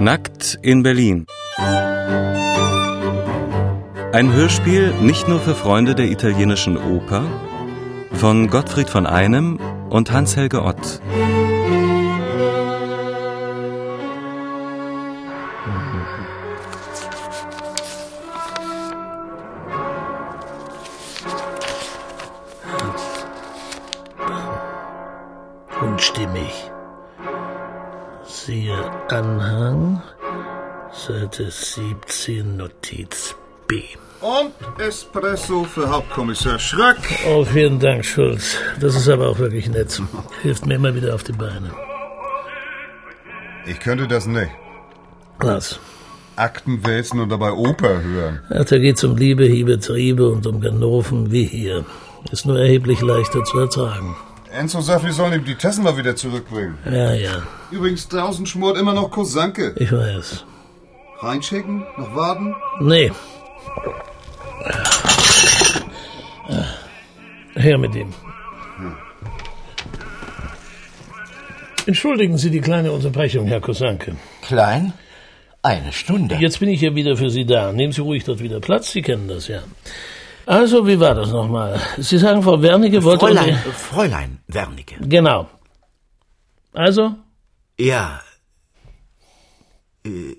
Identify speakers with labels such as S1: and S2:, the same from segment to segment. S1: Nackt in Berlin. Ein Hörspiel nicht nur für Freunde der italienischen Oper von Gottfried von Einem und Hans-Helge Ott.
S2: Unstimmig. Siehe Anhang, Seite 17, Notiz B.
S3: Und Espresso für Hauptkommissar Schröck.
S2: Oh, vielen Dank, Schulz. Das ist aber auch wirklich nett. Hilft mir immer wieder auf die Beine.
S3: Ich könnte das nicht.
S2: Was?
S3: Akten wälzen und dabei Oper hören.
S2: Ach, da geht's um Liebe, Hiebe, Triebe und um Ganoven wie hier. Ist nur erheblich leichter zu ertragen.
S3: Enzo sagt, wir sollen ihm die Tessen mal wieder zurückbringen.
S2: Ja, ja,
S3: Übrigens, draußen schmort immer noch Kosanke.
S2: ich weiß.
S3: Reinschicken? Noch warten?
S2: Nee. Her mit ihm. Entschuldigen Sie die kleine Unterbrechung, Herr Kosanke.
S4: Klein? Eine Stunde.
S2: Jetzt bin ich ja wieder für Sie da. Nehmen Sie ruhig dort wieder Platz, Sie kennen das ja. Also, wie war das nochmal? Sie sagen, Frau Wernicke wollte...
S4: Fräulein, Fräulein Wernicke.
S2: Genau. Also,
S4: Ja. Äh,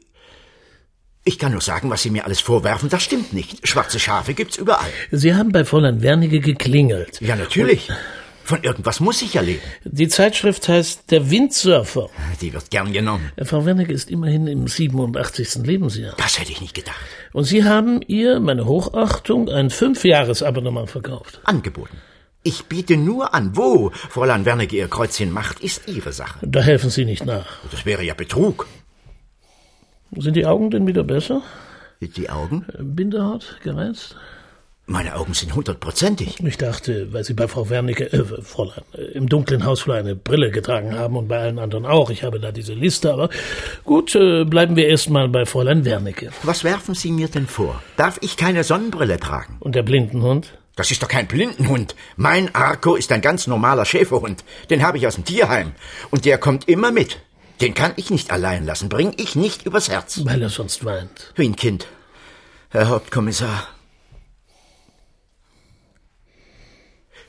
S4: Ich kann nur sagen, was Sie mir alles vorwerfen, das stimmt nicht. Schwarze Schafe gibt's überall.
S2: Sie haben bei Äh, Fräulein Wernicke geklingelt.
S4: Ja, natürlich. Von irgendwas muss ich ja leben.
S2: Die Zeitschrift heißt Der Windsurfer.
S4: Die wird gern genommen.
S2: Frau Wernicke ist immerhin im 87. Lebensjahr.
S4: Das hätte ich nicht gedacht.
S2: Und Sie haben ihr, meine Hochachtung, ein Fünfjahresabonnement verkauft.
S4: Angeboten. Ich biete nur an, wo Fräulein Wernicke ihr Kreuzchen macht, ist Ihre Sache. Oh,
S2: Da helfen Sie nicht nach.
S4: Das wäre ja Betrug.
S2: Sind die Augen denn wieder besser? Äh,
S4: Die Augen?
S2: Binderhaut gereizt?
S4: Meine Augen sind hundertprozentig.
S2: Ich dachte, weil Sie bei Frau Wernicke, äh, Fräulein, äh, im dunklen Hausflur eine Brille getragen haben und bei allen anderen auch. Ich habe da diese Liste, aber gut, äh, bleiben wir erstmal bei Fräulein Wernicke.
S4: Was werfen Sie mir denn vor? Darf ich keine Sonnenbrille tragen?
S2: Und der Blindenhund?
S4: Das ist doch kein Blindenhund. Mein Arco ist ein ganz normaler Schäferhund. Den habe ich aus dem Tierheim. Und der kommt immer mit. Den kann ich nicht allein lassen. Bring ich nicht übers Herz.
S2: Weil er sonst weint.
S4: Wie ein Kind. Herr Hauptkommissar.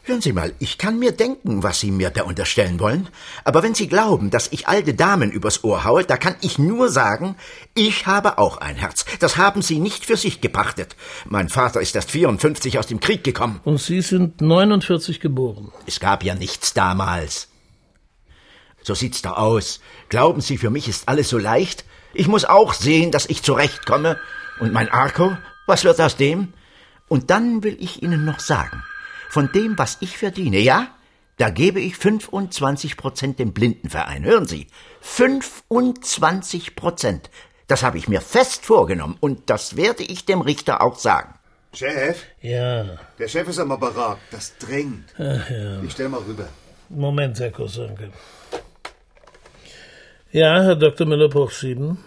S4: Hören Sie mal, ich kann mir denken, was Sie mir da unterstellen wollen. Aber wenn Sie glauben, dass ich alte Damen übers Ohr haue, da kann ich nur sagen, ich habe auch ein Herz. Das haben Sie nicht für sich gepachtet. Mein Vater ist erst 54 aus dem Krieg gekommen.
S2: Und Sie sind 49 geboren.
S4: Es gab ja nichts damals. So sieht's da aus. Glauben Sie, für mich ist alles so leicht? Ich muss auch sehen, dass ich zurechtkomme. Und mein Arco, was wird aus dem? Und dann will ich Ihnen noch sagen, von dem, was ich verdiene, ja, da gebe ich 25 Prozent dem Blindenverein. Hören Sie, 25 Prozent. Das habe ich mir fest vorgenommen und das werde ich dem Richter auch sagen.
S3: Chef,
S2: Ja,
S3: der Chef ist am Apparat. Das drängt. Ich stell mal rüber.
S2: Moment, Herr Kosanke. Ja, Herr Dr. Müller-Bruchsieben.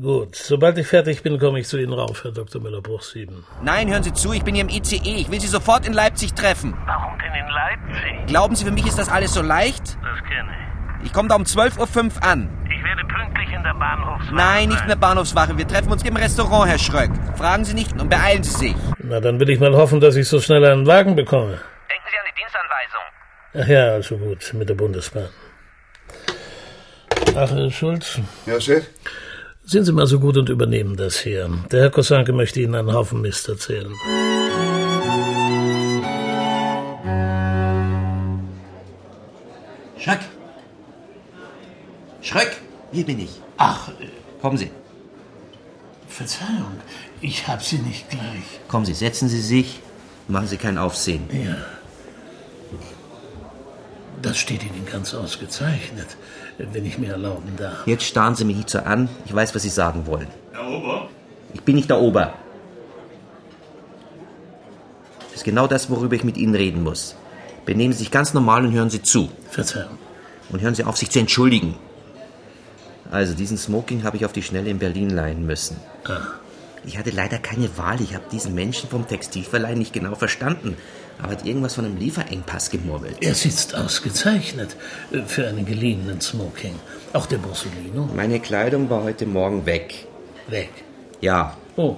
S2: Gut, sobald ich fertig bin, komme ich zu Ihnen rauf, Herr Dr. Müller-Bruchsieben.
S5: Nein, hören Sie zu, ich bin hier im ICE. Ich will Sie sofort in Leipzig treffen.
S6: Warum denn in Leipzig?
S5: Glauben Sie, für mich ist das alles so leicht?
S6: Das kenne
S5: Ich komme da um 12.05 Uhr an.
S6: ich. Ich werde pünktlich in der Bahnhofswache
S5: Nein, nicht in der
S6: mehr.
S5: Bahnhofswache. Wir treffen uns im Restaurant, Herr Schröck. Fragen Sie nicht und beeilen Sie sich.
S2: Na, dann will ich mal hoffen, dass ich so schnell einen Wagen bekomme.
S6: Denken Sie an die Dienstanweisung.
S2: Ach ja, also gut, mit der Bundesbahn. Ach, Herr Schulz,
S3: Ja, Chef?
S2: sind Sie mal so gut und übernehmen das hier. Der Herr Kosanke möchte Ihnen einen Haufen Mist erzählen.
S5: Schröck! Schröck! Hier bin ich.
S7: Ach,
S5: äh, Kommen Sie.
S7: Verzeihung, ich hab Sie nicht gleich.
S5: Kommen Sie, setzen Sie sich. Machen Sie kein Aufsehen.
S2: Das steht Ihnen ganz ausgezeichnet, wenn ich mir erlauben darf.
S5: Jetzt starren Sie mich nicht so an. Ich weiß, was Sie sagen wollen. Herr Ober? Ich bin nicht der Ober. Das ist genau das, worüber ich mit Ihnen reden muss. Benehmen Sie sich ganz normal und hören Sie zu.
S2: Verzeihung.
S5: Und hören Sie auf, sich zu
S2: Ah.
S5: entschuldigen. Also, diesen Smoking habe ich auf die Schnelle in Berlin leihen müssen. Ich hatte leider keine Wahl. Ich habe diesen Menschen vom Textilverleih nicht genau verstanden. Aber hat irgendwas von einem Lieferengpass gemurmelt.
S2: Er sitzt ausgezeichnet äh, für einen geliehenen Smoking. Auch der Borsolino?
S5: Meine Kleidung war heute Morgen weg.
S2: Weg.
S5: Ja,
S2: Oh,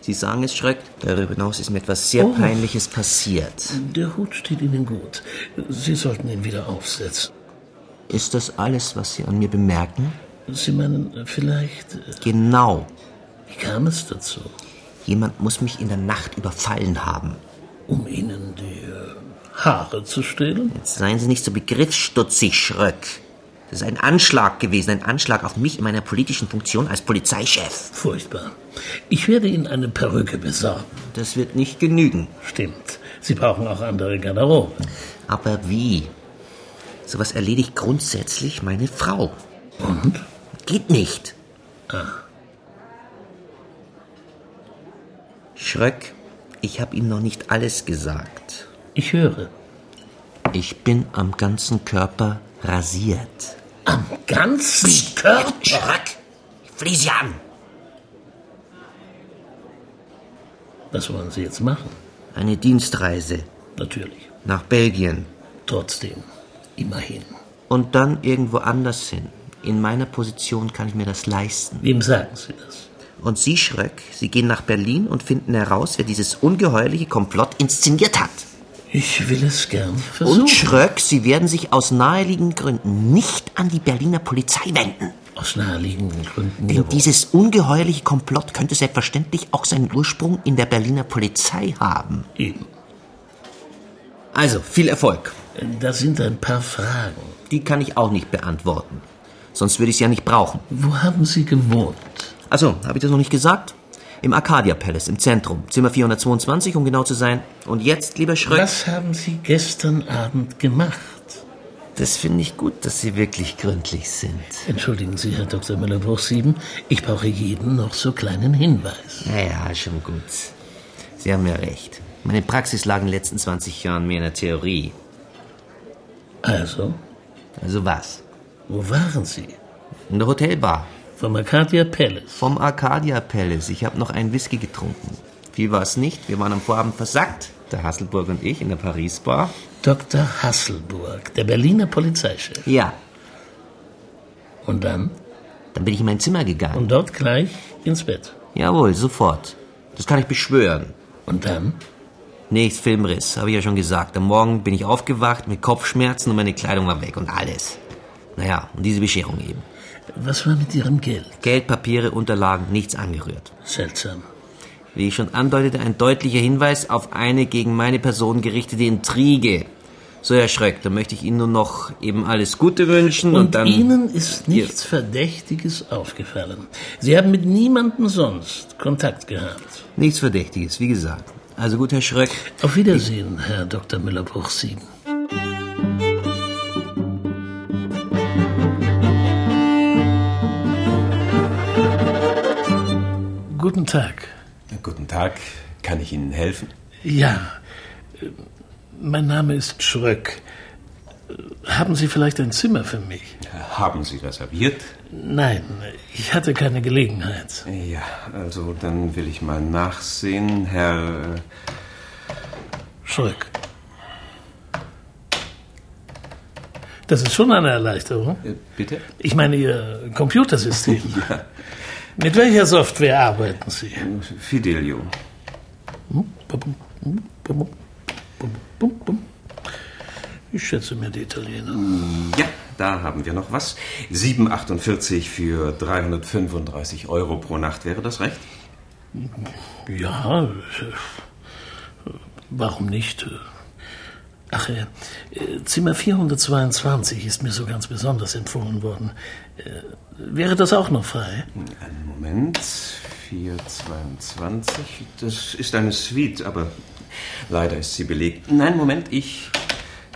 S5: Sie sagen es schreckt. Darüber hinaus ist mir etwas sehr
S2: Oh.
S5: Peinliches passiert.
S2: der Hut steht Ihnen gut. Sie sollten ihn wieder aufsetzen.
S5: Ist das alles, was Sie an mir bemerken?
S2: Sie meinen, äh, vielleicht, äh,
S5: Genau.
S2: wie kam es dazu?
S5: Jemand muss mich in der Nacht überfallen haben.
S2: Um Ihnen die äh, Haare zu stehlen?
S5: Jetzt seien Sie nicht so begriffsstutzig, Schröck. Das ist ein Anschlag gewesen, ein Anschlag auf mich in meiner politischen Funktion als Polizeichef.
S2: Furchtbar. Ich werde Ihnen eine Perücke besorgen.
S5: Das wird nicht genügen.
S2: Stimmt. Sie brauchen auch andere Garderobe.
S5: Aber wie? Sowas erledigt grundsätzlich meine Frau.
S2: Und?
S5: Geht nicht.
S2: Ah,
S5: Schröck, ich habe Ihnen noch nicht alles gesagt.
S2: ich höre.
S5: Ich bin am ganzen Körper rasiert.
S2: Am ganzen Körper?
S5: Schröck, ich flehe Sie an.
S2: Was wollen Sie jetzt machen?
S5: Eine Dienstreise
S2: Natürlich.
S5: nach Belgien.
S2: Trotzdem. Immerhin.
S5: Und dann irgendwo anders hin. In meiner Position kann ich mir das leisten.
S2: Wem sagen Sie das?
S5: Und Sie, Schröck, Sie gehen nach Berlin und finden heraus, wer dieses ungeheuerliche Komplott inszeniert hat.
S2: Ich will es gern versuchen.
S5: Und Schröck, Sie werden sich aus naheliegenden Gründen nicht an die Berliner Polizei wenden.
S2: Aus naheliegenden Gründen.
S5: Denn
S2: jawohl.
S5: dieses ungeheuerliche Komplott könnte selbstverständlich auch seinen Ursprung in der Berliner Polizei haben.
S2: Eben.
S5: Also, viel Erfolg.
S2: Da sind ein paar Fragen.
S5: Die kann ich auch nicht beantworten. Sonst würde ich sie ja nicht brauchen.
S2: Wo haben Sie gewohnt?
S5: Also, habe ich das noch nicht gesagt? Im Arcadia Palace, im Zentrum, Zimmer 422, um genau zu sein. Und jetzt, lieber Schröck.
S2: Was haben Sie gestern Abend gemacht?
S5: Das finde ich gut, dass Sie wirklich gründlich sind.
S2: Entschuldigen Sie, Herr Dr. Müller-Bruch-Sieben, ich brauche jeden noch so kleinen Hinweis.
S5: Naja, schon gut. Sie haben ja recht. Meine Praxis lag in den letzten 20 Jahren mehr in der Theorie.
S2: Also,
S5: Also was?
S2: wo waren Sie?
S5: In der Hotelbar.
S2: Vom Arcadia Palace.
S5: Vom Arcadia Palace. Ich habe noch einen Whisky getrunken. Viel war es nicht. Wir waren am Vorabend versackt. Der Hasselburg und ich in der Paris Bar.
S2: Dr. Hasselburg, der Berliner Polizeichef.
S5: Ja.
S2: Und dann?
S5: Dann bin ich in mein Zimmer gegangen.
S2: Und dort gleich ins Bett.
S5: Jawohl, sofort. Das kann ich beschwören.
S2: Und dann?
S5: Nächst Filmriss, habe ich ja schon gesagt. Am Morgen bin ich aufgewacht mit Kopfschmerzen und meine Kleidung war weg und alles. Naja, und diese Bescherung eben.
S2: Was war mit Ihrem Geld?
S5: Geld, Papiere, Unterlagen, nichts angerührt.
S2: Seltsam.
S5: Wie ich schon andeutete, ein deutlicher Hinweis auf eine gegen meine Person gerichtete Intrige. So, Herr Schröck, dann möchte ich Ihnen nur noch eben alles Gute wünschen und,
S2: Und,
S5: dann...
S2: Ihnen ist nichts Verdächtiges aufgefallen. Sie haben mit niemandem sonst Kontakt gehabt.
S5: Nichts Verdächtiges, wie gesagt. Also gut, Herr Schröck.
S2: Auf Wiedersehen, Herr Dr. Müller-Bruch-Sieben. Guten Tag.
S8: Guten Tag, kann ich Ihnen helfen?
S2: Ja, äh, mein Name ist Schröck. Äh, Haben Sie vielleicht ein Zimmer für mich?
S8: Haben Sie reserviert?
S2: Nein, ich hatte keine Gelegenheit.
S8: Ja, also dann will ich mal nachsehen, Herr... äh,
S2: Schröck. Das ist schon eine Erleichterung.
S8: Äh, Bitte?
S2: Ich meine, Ihr Computersystem. Mit welcher Software arbeiten Sie? Hm?
S8: Fidelio.
S2: Ich schätze mir die Italiener.
S8: Mm, Ja, da haben wir noch was. 7,48 für 335 Euro pro Nacht, wäre das recht?
S2: Ja, äh, warum nicht? Ach, äh, äh, Zimmer 422 ist mir so ganz besonders empfohlen worden. Äh, Wäre das auch noch frei?
S8: Einen Moment. 4,22. Das ist eine Suite, aber leider ist sie belegt. Nein, Moment, ich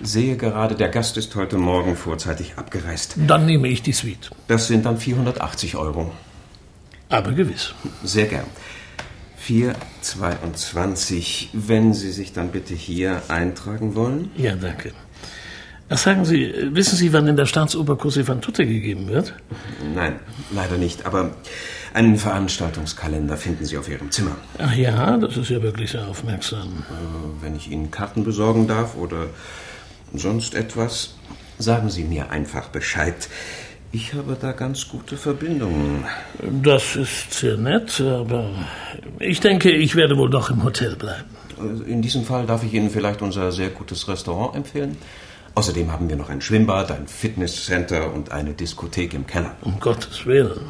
S8: sehe gerade, der Gast ist heute Morgen vorzeitig abgereist.
S2: Dann nehme ich die Suite.
S8: Das sind dann 480 Euro.
S2: Aber gewiss.
S8: Sehr gern. 422, wenn Sie sich dann bitte hier eintragen wollen.
S2: Ja, danke. Ach, sagen Sie, äh, wissen Sie, wann in der Staatsoberkurs Tutte gegeben wird?
S8: Nein, leider nicht, aber einen Veranstaltungskalender finden Sie auf Ihrem Zimmer.
S2: Ach ja, das ist ja wirklich sehr aufmerksam.
S8: Äh, Wenn ich Ihnen Karten besorgen darf oder sonst etwas, sagen Sie mir einfach Bescheid. Ich habe da ganz gute Verbindungen.
S2: Das ist sehr nett, aber ich denke, ich werde wohl doch im Hotel bleiben.
S8: Also In diesem Fall darf ich Ihnen vielleicht unser sehr gutes Restaurant empfehlen. Außerdem haben wir noch ein Schwimmbad, ein Fitnesscenter und eine Diskothek im Keller.
S2: Um Gottes Willen.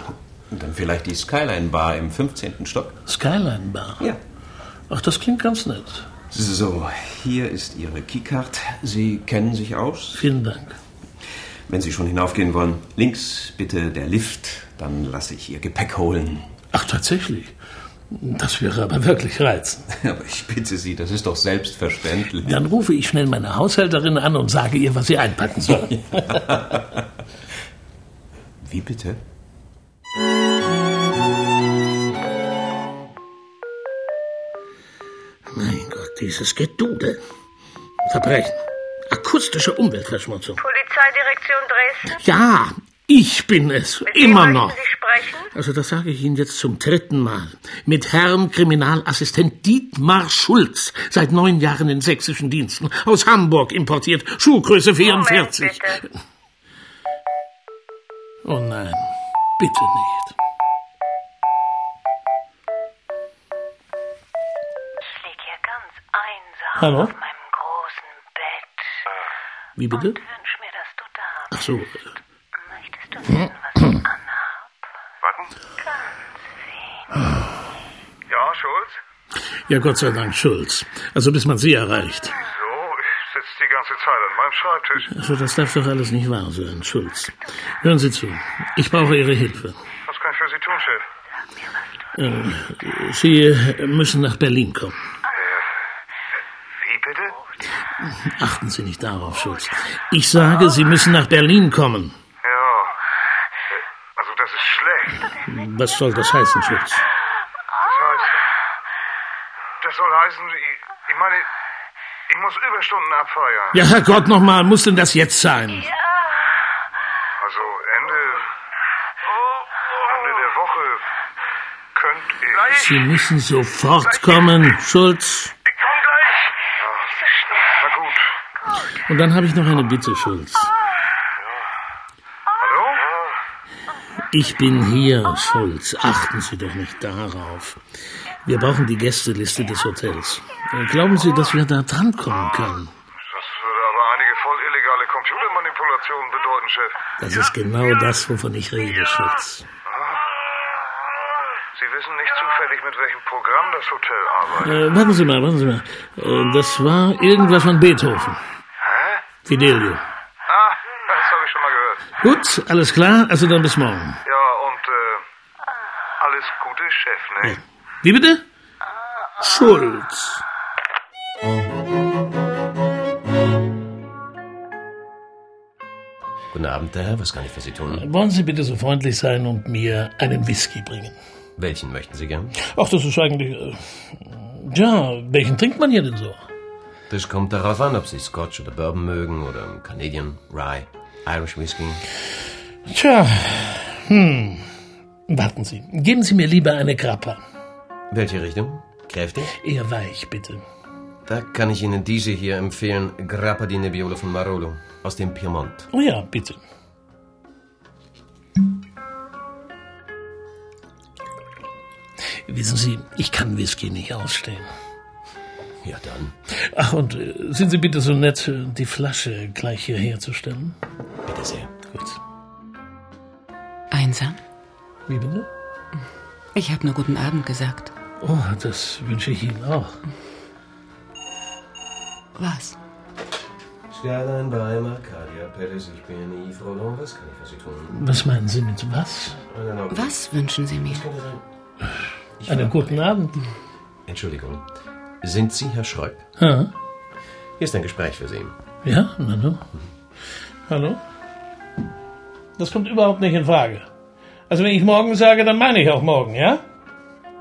S8: Und dann vielleicht die Skyline Bar im 15. Stock.
S2: Skyline Bar.
S8: Ja.
S2: Ach, das klingt ganz nett.
S8: So, hier ist Ihre Keycard. Sie kennen sich aus.
S2: Vielen Dank.
S8: Wenn Sie schon hinaufgehen wollen, links bitte der Lift, dann lasse ich Ihr Gepäck holen.
S2: Ach, tatsächlich. Das wäre aber wirklich reizend.
S8: Aber ich bitte Sie, das ist doch selbstverständlich.
S2: Dann rufe ich schnell meine Haushälterin an und sage ihr, was sie einpacken soll.
S8: Wie bitte?
S2: Mein Gott, dieses Gedudel. Verbrechen. Akustische Umweltverschmutzung.
S9: Polizeidirektion Dresden?
S2: Ja, ich bin es.
S9: Mit wem
S2: immer
S9: möchten
S2: noch.
S9: Sie sprechen?
S2: Also das sage ich Ihnen jetzt zum dritten Mal. Mit Herrn Kriminalassistent Dietmar Schulz, seit neun Jahren in sächsischen Diensten, aus Hamburg importiert, Schuhgröße 44.
S9: Moment, bitte.
S2: Oh nein, bitte nicht.
S9: Ich lieg hier ganz einsam
S2: Hallo?
S9: auf meinem großen Bett
S2: Wie bitte?
S9: und wünsch mir, dass du da
S2: Ach
S9: bist.
S2: so. Hm? äh,
S9: Möchtest du wissen, was ich anhab?
S3: Warten. Ja, Schulz?
S2: Ja, Gott sei Dank, Schulz. Also bis man Sie erreicht.
S3: So, ich sitze die ganze Zeit an meinem Schreibtisch.
S2: Also das darf doch alles nicht wahr sein, Schulz. Hören Sie zu. Ich brauche Ihre Hilfe.
S3: Was kann ich für Sie tun, Chef?
S2: Sie äh, müssen nach Berlin kommen.
S3: Äh, Wie bitte?
S2: Achten Sie nicht darauf, Schulz. Ich sage, Sie müssen nach Berlin kommen.
S3: Ja. Äh, Also, das ist schlecht.
S2: Was soll das heißen, Schulz?
S3: Das heißt. Das soll heißen, ich, ich meine, ich muss Überstunden abfeiern.
S2: Ja, Herrgott, nochmal, muss denn das jetzt sein?
S3: Also, Ende. Ende der Woche könnte ich.
S2: Sie müssen sofort kommen, Schulz.
S3: Ich komm gleich! Ja. Na gut.
S2: Und dann habe ich noch eine Bitte, Schulz.
S3: Hallo?
S2: Ich bin hier, Schulz. Achten Sie doch nicht darauf. Wir brauchen die Gästeliste des Hotels. Äh, Glauben Sie, dass wir da drankommen können?
S3: Das würde aber einige voll illegale Computermanipulationen bedeuten, Chef.
S2: Das ist genau das, wovon ich rede, Schulz.
S3: Sie wissen nicht zufällig, mit welchem Programm das Hotel arbeitet.
S2: Äh, warten Sie mal, warten Sie mal. Äh, das war irgendwas von Beethoven. Fidelio.
S3: Ah, das habe ich schon mal gehört.
S2: Gut, alles klar. Also dann bis morgen.
S3: Ja, und äh, alles Gute, Chef, ne?
S2: Wie bitte? Schulz.
S10: Guten Abend, der Herr. Was kann ich für Sie tun?
S2: Wollen Sie bitte so freundlich sein und mir einen Whisky bringen?
S10: Welchen möchten Sie gern?
S2: Ach, das ist eigentlich. Äh, ja, welchen trinkt man hier denn so?
S10: Das kommt darauf an, ob Sie Scotch oder Bourbon mögen oder Canadian, Rye, Irish Whiskey.
S2: Tja, hm. Warten Sie. Geben Sie mir lieber eine Grappa.
S10: Welche Richtung? Kräftig?
S2: Eher weich, bitte.
S10: Da kann ich Ihnen diese hier empfehlen, Grappa di Nebbiolo von Marolo aus dem Piemont.
S2: Oh ja, bitte. Wissen Sie, ich kann Whisky nicht ausstehen.
S10: Ja dann,
S2: Ach, und äh, sind Sie bitte so nett, äh, die Flasche gleich hierher zu stellen?
S10: bitte sehr.
S2: Gut.
S11: Einsam?
S2: Wie bitte?
S11: Ich habe nur guten Abend gesagt.
S2: Oh, das wünsche ich Ihnen auch.
S11: Was?
S10: Skyline bei Arcadia Palace, ich bin Yves Roland. Was kann ich für Sie tun?
S2: Was meinen Sie mit was?
S10: Einen Augenblick.
S11: Was wünschen Sie mir?
S10: Ich Hm. frag-
S2: Einen guten Abend.
S10: Entschuldigung. Sind Sie Herr Schreub?
S2: Ha?
S10: Hier ist ein Gespräch für Sie.
S2: Ja, na du. Hallo? Das kommt überhaupt nicht in Frage. Also wenn ich morgen sage, dann meine ich auch morgen, ja?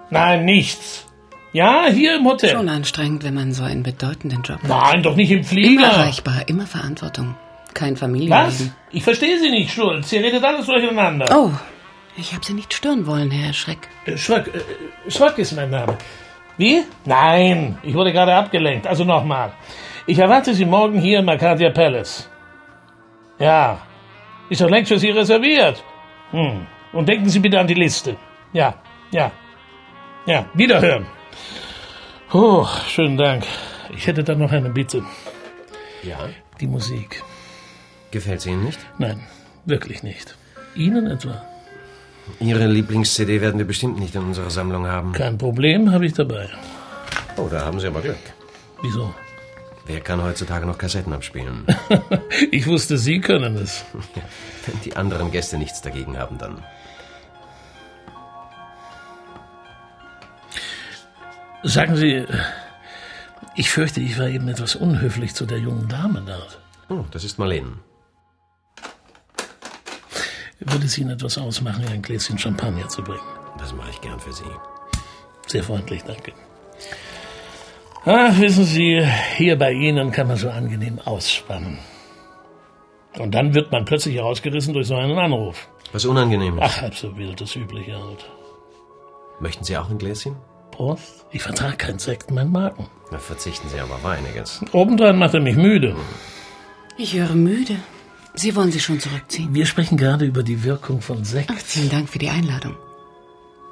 S2: Nein, nichts. Ja, hier im Hotel.
S11: Schon anstrengend, wenn man so einen bedeutenden Job hat.
S2: Nein, doch nicht im
S11: Immer
S2: Flieger.
S11: erreichbar, immer Verantwortung. Kein Familienleben.
S2: Was? Ich verstehe Sie nicht, Schulz. Sie redet alles durcheinander.
S11: Oh, ich habe Sie nicht stören wollen, Herr Schreck.
S2: Äh, Schröck, äh, Schröck ist mein Name. Wie? Nein, ich wurde gerade abgelenkt. Also nochmal. Ich erwarte Sie morgen hier im Arcadia Palace. Ja, ist doch längst für Sie reserviert. Hm. Und denken Sie bitte an die Liste. Ja, ja, ja, wiederhören. Puh, schönen Dank. Ich hätte da noch eine Bitte.
S10: Ja?
S2: Die Musik.
S10: Gefällt sie Ihnen nicht?
S2: Nein, wirklich nicht. Ihnen etwa?
S10: Ihre Lieblings-CD werden wir bestimmt nicht in unserer Sammlung haben.
S2: Kein Problem, habe ich dabei.
S10: Oh, da haben Sie aber Glück.
S2: Wieso?
S10: Wer kann heutzutage noch Kassetten abspielen?
S2: Ich wusste, Sie können es.
S10: Wenn die anderen Gäste nichts dagegen haben, dann.
S2: Sagen Sie, äh, ich fürchte, ich war eben etwas unhöflich zu der jungen Dame dort.
S10: Oh, das ist Marlene.
S2: Würde es Ihnen etwas ausmachen, ihr ein Gläschen Champagner zu bringen?
S10: Das mache ich gern für Sie.
S2: Sehr freundlich, danke. Ach, wissen Sie, hier bei Ihnen kann man so angenehm ausspannen. Und dann wird man plötzlich herausgerissen durch so einen Anruf.
S10: Was Unangenehmes.
S2: Ach, halb so wild, das Übliche halt.
S10: Möchten Sie auch ein Gläschen?
S2: Prost. Ich vertrage keinen Sekt in meinem Magen.
S10: Na, verzichten Sie aber auf einiges.
S2: Obendrein macht er mich müde.
S11: Ich höre müde. Sie wollen sich schon zurückziehen.
S2: Wir sprechen gerade über die Wirkung von Sekt.
S11: Ach, vielen Dank für die Einladung.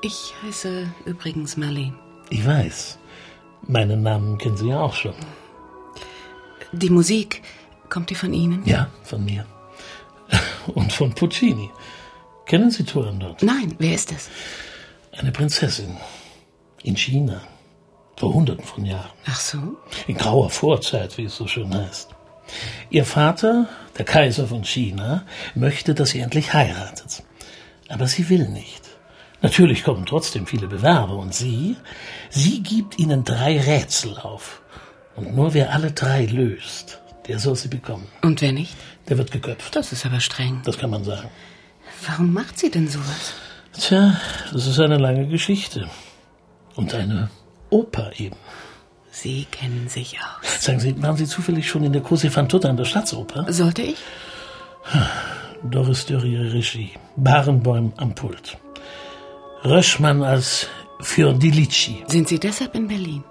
S11: Ich heiße übrigens Marlene.
S2: Ich weiß. Meinen Namen kennen Sie ja auch schon.
S11: Die Musik, kommt die von Ihnen?
S2: Ja, von mir. Und von Puccini. Kennen Sie Turandot?
S11: Nein, wer ist es?
S2: Eine Prinzessin. In China. Vor hunderten von Jahren.
S11: Ach so.
S2: In grauer Vorzeit, wie es so schön heißt. Ihr Vater, der Kaiser von China, möchte, dass sie endlich heiratet. Aber sie will nicht. Natürlich kommen trotzdem viele Bewerber und sie, sie gibt ihnen drei Rätsel auf. Und nur wer alle drei löst, der soll sie bekommen.
S11: Und wer nicht?
S2: Der wird geköpft.
S11: Das ist aber streng.
S2: Das kann man sagen.
S11: Warum macht sie denn sowas?
S2: Tja, das ist eine lange Geschichte. Und eine Oper eben.
S11: Sie kennen sich aus.
S2: Sagen Sie, waren Sie zufällig schon in der Cose van Tutte an der Staatsoper?
S11: Sollte ich?
S2: Doris Dörrier Regie. Barenbäum am Pult. Röschmann als Fiordilici.
S11: Sind Sie deshalb in Berlin?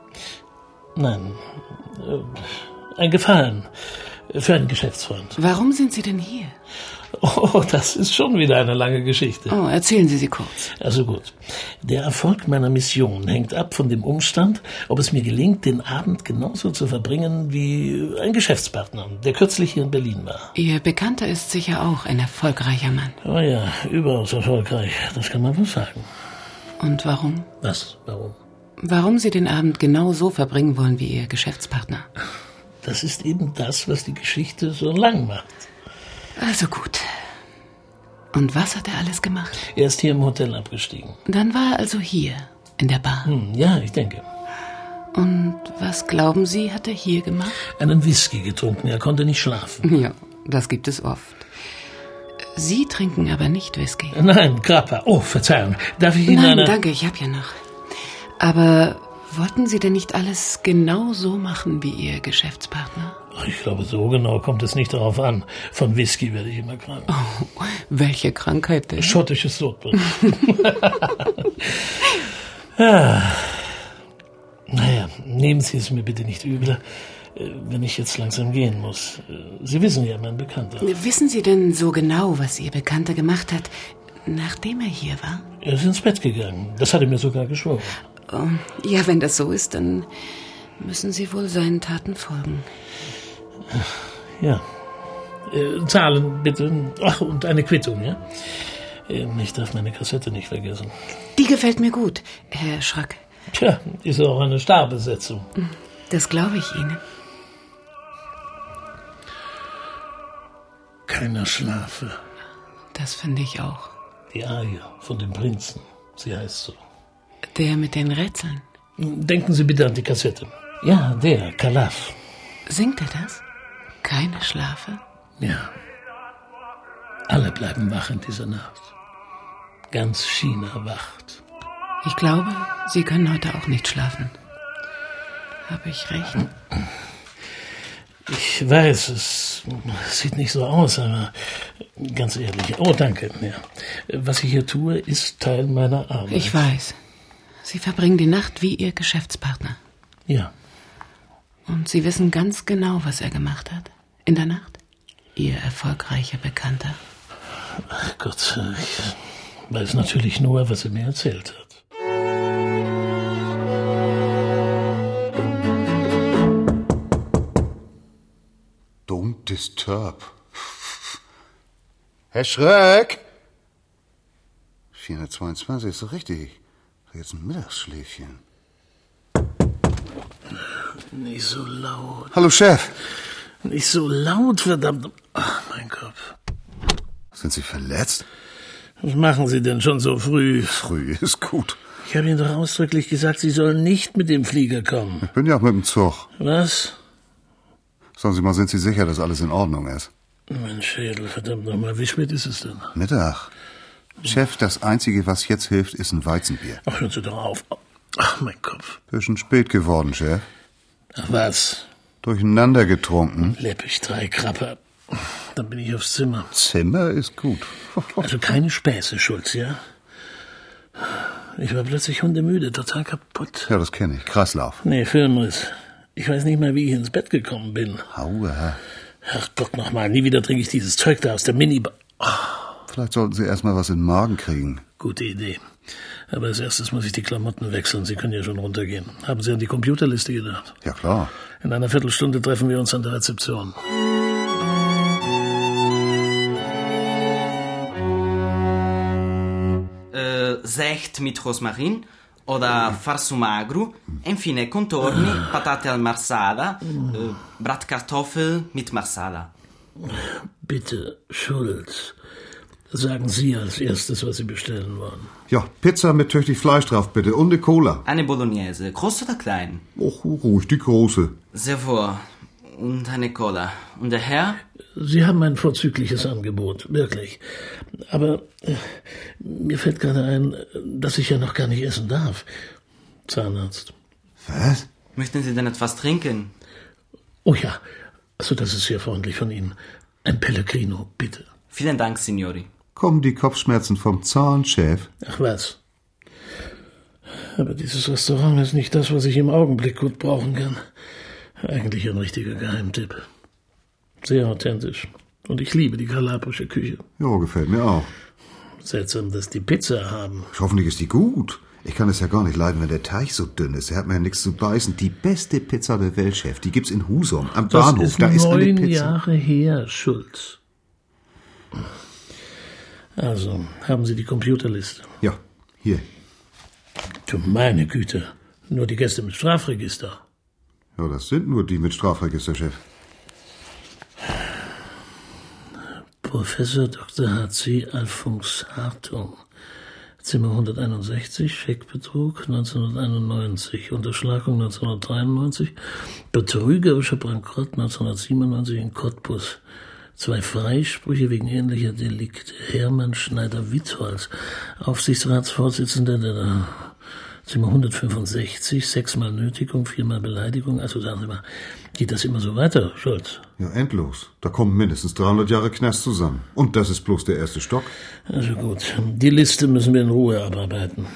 S2: Nein. äh, Ein Gefallen. Für einen Geschäftsfreund.
S11: Warum sind Sie denn hier?
S2: Oh, das ist schon wieder eine lange Geschichte.
S11: Oh, erzählen Sie sie kurz.
S2: Also gut. Der Erfolg meiner Mission hängt ab von dem Umstand, ob es mir gelingt, den Abend genauso zu verbringen wie ein Geschäftspartner, der kürzlich hier in Berlin war.
S11: Ihr Bekannter ist sicher auch ein erfolgreicher Mann.
S2: Oh ja, überaus erfolgreich. Das kann man wohl sagen.
S11: Und warum?
S2: Was? Warum?
S11: Warum Sie den Abend genau so verbringen wollen wie Ihr Geschäftspartner?
S2: Das ist eben das, was die Geschichte so lang macht.
S11: Also gut. Und was hat er alles gemacht?
S2: Er ist hier im Hotel abgestiegen.
S11: Dann war er also hier, in der Bar.
S2: Hm, ja, ich denke.
S11: Und was glauben Sie, hat er hier gemacht?
S2: Einen Whisky getrunken. Er konnte nicht schlafen.
S11: Ja, das gibt es oft. Sie trinken aber nicht Whisky.
S2: Nein, Grappa. Oh, Verzeihung. Darf ich Ihnen
S11: Nein,
S2: eine...
S11: danke, ich habe ja noch. Aber wollten Sie denn nicht alles genau so machen wie Ihr Geschäftspartner?
S2: Ach, Ich glaube, so genau kommt es nicht darauf an. Von Whisky werde ich immer krank.
S11: Oh, Welche Krankheit denn?
S2: Schottisches Sodbrennen. ja. Ah. Naja, nehmen Sie es mir bitte nicht übel, äh, wenn ich jetzt langsam gehen muss. Äh, Sie wissen ja, mein Bekannter.
S11: Wissen Sie denn so genau, was Ihr Bekannter gemacht hat, nachdem er hier war?
S2: Er ist ins Bett gegangen. Das hat er mir sogar geschworen.
S11: Oh, ja, wenn das so ist, dann müssen Sie wohl seinen Taten folgen.
S2: Ja. Äh, Zahlen bitte. Ach, und eine Quittung, ja? Ähm, ich darf meine Kassette nicht vergessen.
S11: Die gefällt mir gut, Herr Schrack.
S2: Tja, ist auch eine Starbesetzung.
S11: Das glaube ich Ihnen.
S2: Keiner schlafe.
S11: Das finde ich auch.
S2: Die Arie von dem Prinzen. Sie heißt so.
S11: Der mit den Rätseln.
S2: Denken Sie bitte an die Kassette. Ja, der, Kalaf.
S11: Singt er das? Keine Schlafe?
S2: Ja. Alle bleiben wach in dieser Nacht. Ganz China wacht.
S11: Ich glaube, Sie
S2: Hm,
S11: können heute auch nicht schlafen. Habe ich recht?
S2: Ich weiß, es sieht nicht so aus, aber ganz ehrlich. Oh, danke. Ja. Was ich hier tue, ist Teil meiner Arbeit.
S11: Ich weiß. Sie verbringen die Nacht wie Ihr Geschäftspartner.
S2: Ja.
S11: Und Sie wissen ganz genau, was er gemacht hat. In der Nacht? Ihr erfolgreicher Bekannter.
S2: Ach Gott, ich weiß natürlich nur, was er mir erzählt hat.
S3: Don't disturb. Herr Schröck! 422 ist doch richtig. Jetzt ein Mittagsschläfchen.
S2: Nicht so laut.
S3: Hallo, Chef.
S2: Nicht so laut, verdammt. Ach, mein Kopf.
S3: Sind Sie verletzt?
S2: Was machen Sie denn schon so früh?
S3: Früh ist gut.
S2: Ich habe Ihnen doch ausdrücklich gesagt, Sie sollen nicht mit dem Flieger kommen.
S3: Ich bin ja auch mit dem Zug.
S2: Was?
S3: Sagen Sie mal, sind Sie sicher, dass alles in Ordnung ist?
S2: Mein Schädel, verdammt nochmal. Wie spät ist es denn?
S3: Mittag. Chef, das Einzige, was jetzt hilft, ist ein Weizenbier.
S2: Ach, hören Sie doch auf. Ach, mein Kopf.
S3: Bisschen spät geworden, Chef.
S2: Ach, was?
S3: Durcheinander getrunken.
S2: Läppig drei Krabbe. Dann bin ich aufs Zimmer.
S3: Zimmer ist gut.
S2: Also keine Späße, Schulz, ja? Ich war plötzlich hundemüde, total kaputt.
S3: Ja, das kenne ich. Kreislauf.
S2: Nee, Filmriss. Ich weiß nicht mal, wie ich ins Bett gekommen bin.
S3: Aua.
S2: Ach Gott, nochmal. Nie wieder trinke ich dieses Zeug da aus der Minibar.
S3: Vielleicht sollten Sie erstmal was in den Magen kriegen.
S2: Gute Idee. Aber als erstes muss ich die Klamotten wechseln. Sie können ja schon runtergehen. Haben Sie an die Computerliste gedacht?
S3: Ja, klar.
S2: In einer Viertelstunde treffen wir uns an der Rezeption.
S12: Äh, Secht mit Rosmarin oder Farsu magro, infine Contorni,
S2: Ah.
S12: Patate al Marsala, äh, Bratkartoffel mit Marsala.
S2: Bitte, Schulz. Sagen Sie als erstes, was Sie bestellen wollen.
S3: Ja, Pizza mit tüchtig Fleisch drauf, bitte. Und eine Cola.
S12: Eine Bolognese, groß oder klein?
S3: Och, ruhig, die große.
S12: Sehr wohl. Und eine Cola. Und der Herr?
S2: Sie haben ein vorzügliches Angebot, wirklich. Aber äh, mir fällt gerade ein, dass ich ja noch gar nicht essen darf. Zahnarzt.
S3: Was?
S12: Möchten Sie denn etwas trinken?
S2: Oh ja, also das ist sehr freundlich von Ihnen. Ein Pellegrino, bitte.
S12: Vielen Dank, Signori.
S3: Kommen die Kopfschmerzen vom Zahn, Chef?
S2: Ach was. Aber dieses Restaurant ist nicht das, was ich im Augenblick gut brauchen kann. Eigentlich ein richtiger Geheimtipp. Sehr authentisch. Und ich liebe die kalabrische Küche.
S3: Ja, gefällt mir auch.
S2: Seltsam, dass die Pizza haben.
S3: Hoffentlich ist die gut. Ich kann es ja gar nicht leiden, wenn der Teig so dünn ist. Er hat mir ja nichts zu beißen. Die beste Pizza der Welt, Chef. Die gibt's in Husum, am
S2: Das
S3: Bahnhof.
S2: ist
S3: da ist eine
S2: neun
S3: Pizza.
S2: Jahre her, Schulz. Also, haben Sie die Computerliste?
S3: Ja, hier.
S2: Du meine Güte, nur die Gäste mit Strafregister.
S3: Ja, das sind nur die mit Strafregister, Chef.
S2: Professor Dr. H.C. Alfons Hartung. Zimmer 161, Scheckbetrug 1991, Unterschlagung 1993, betrügerischer Bankrott 1997 in Cottbus. Zwei Freisprüche wegen ähnlicher Delikte. Hermann Schneider-Wittholz, Aufsichtsratsvorsitzender der Zimmer 165, sechsmal Nötigung, viermal Beleidigung. Also sagen Sie mal, geht das immer so weiter, Schulz?
S3: Ja, endlos. Da kommen mindestens 300 Jahre Knast zusammen. Und das ist bloß der erste Stock.
S2: Also gut, die Liste müssen wir in Ruhe abarbeiten.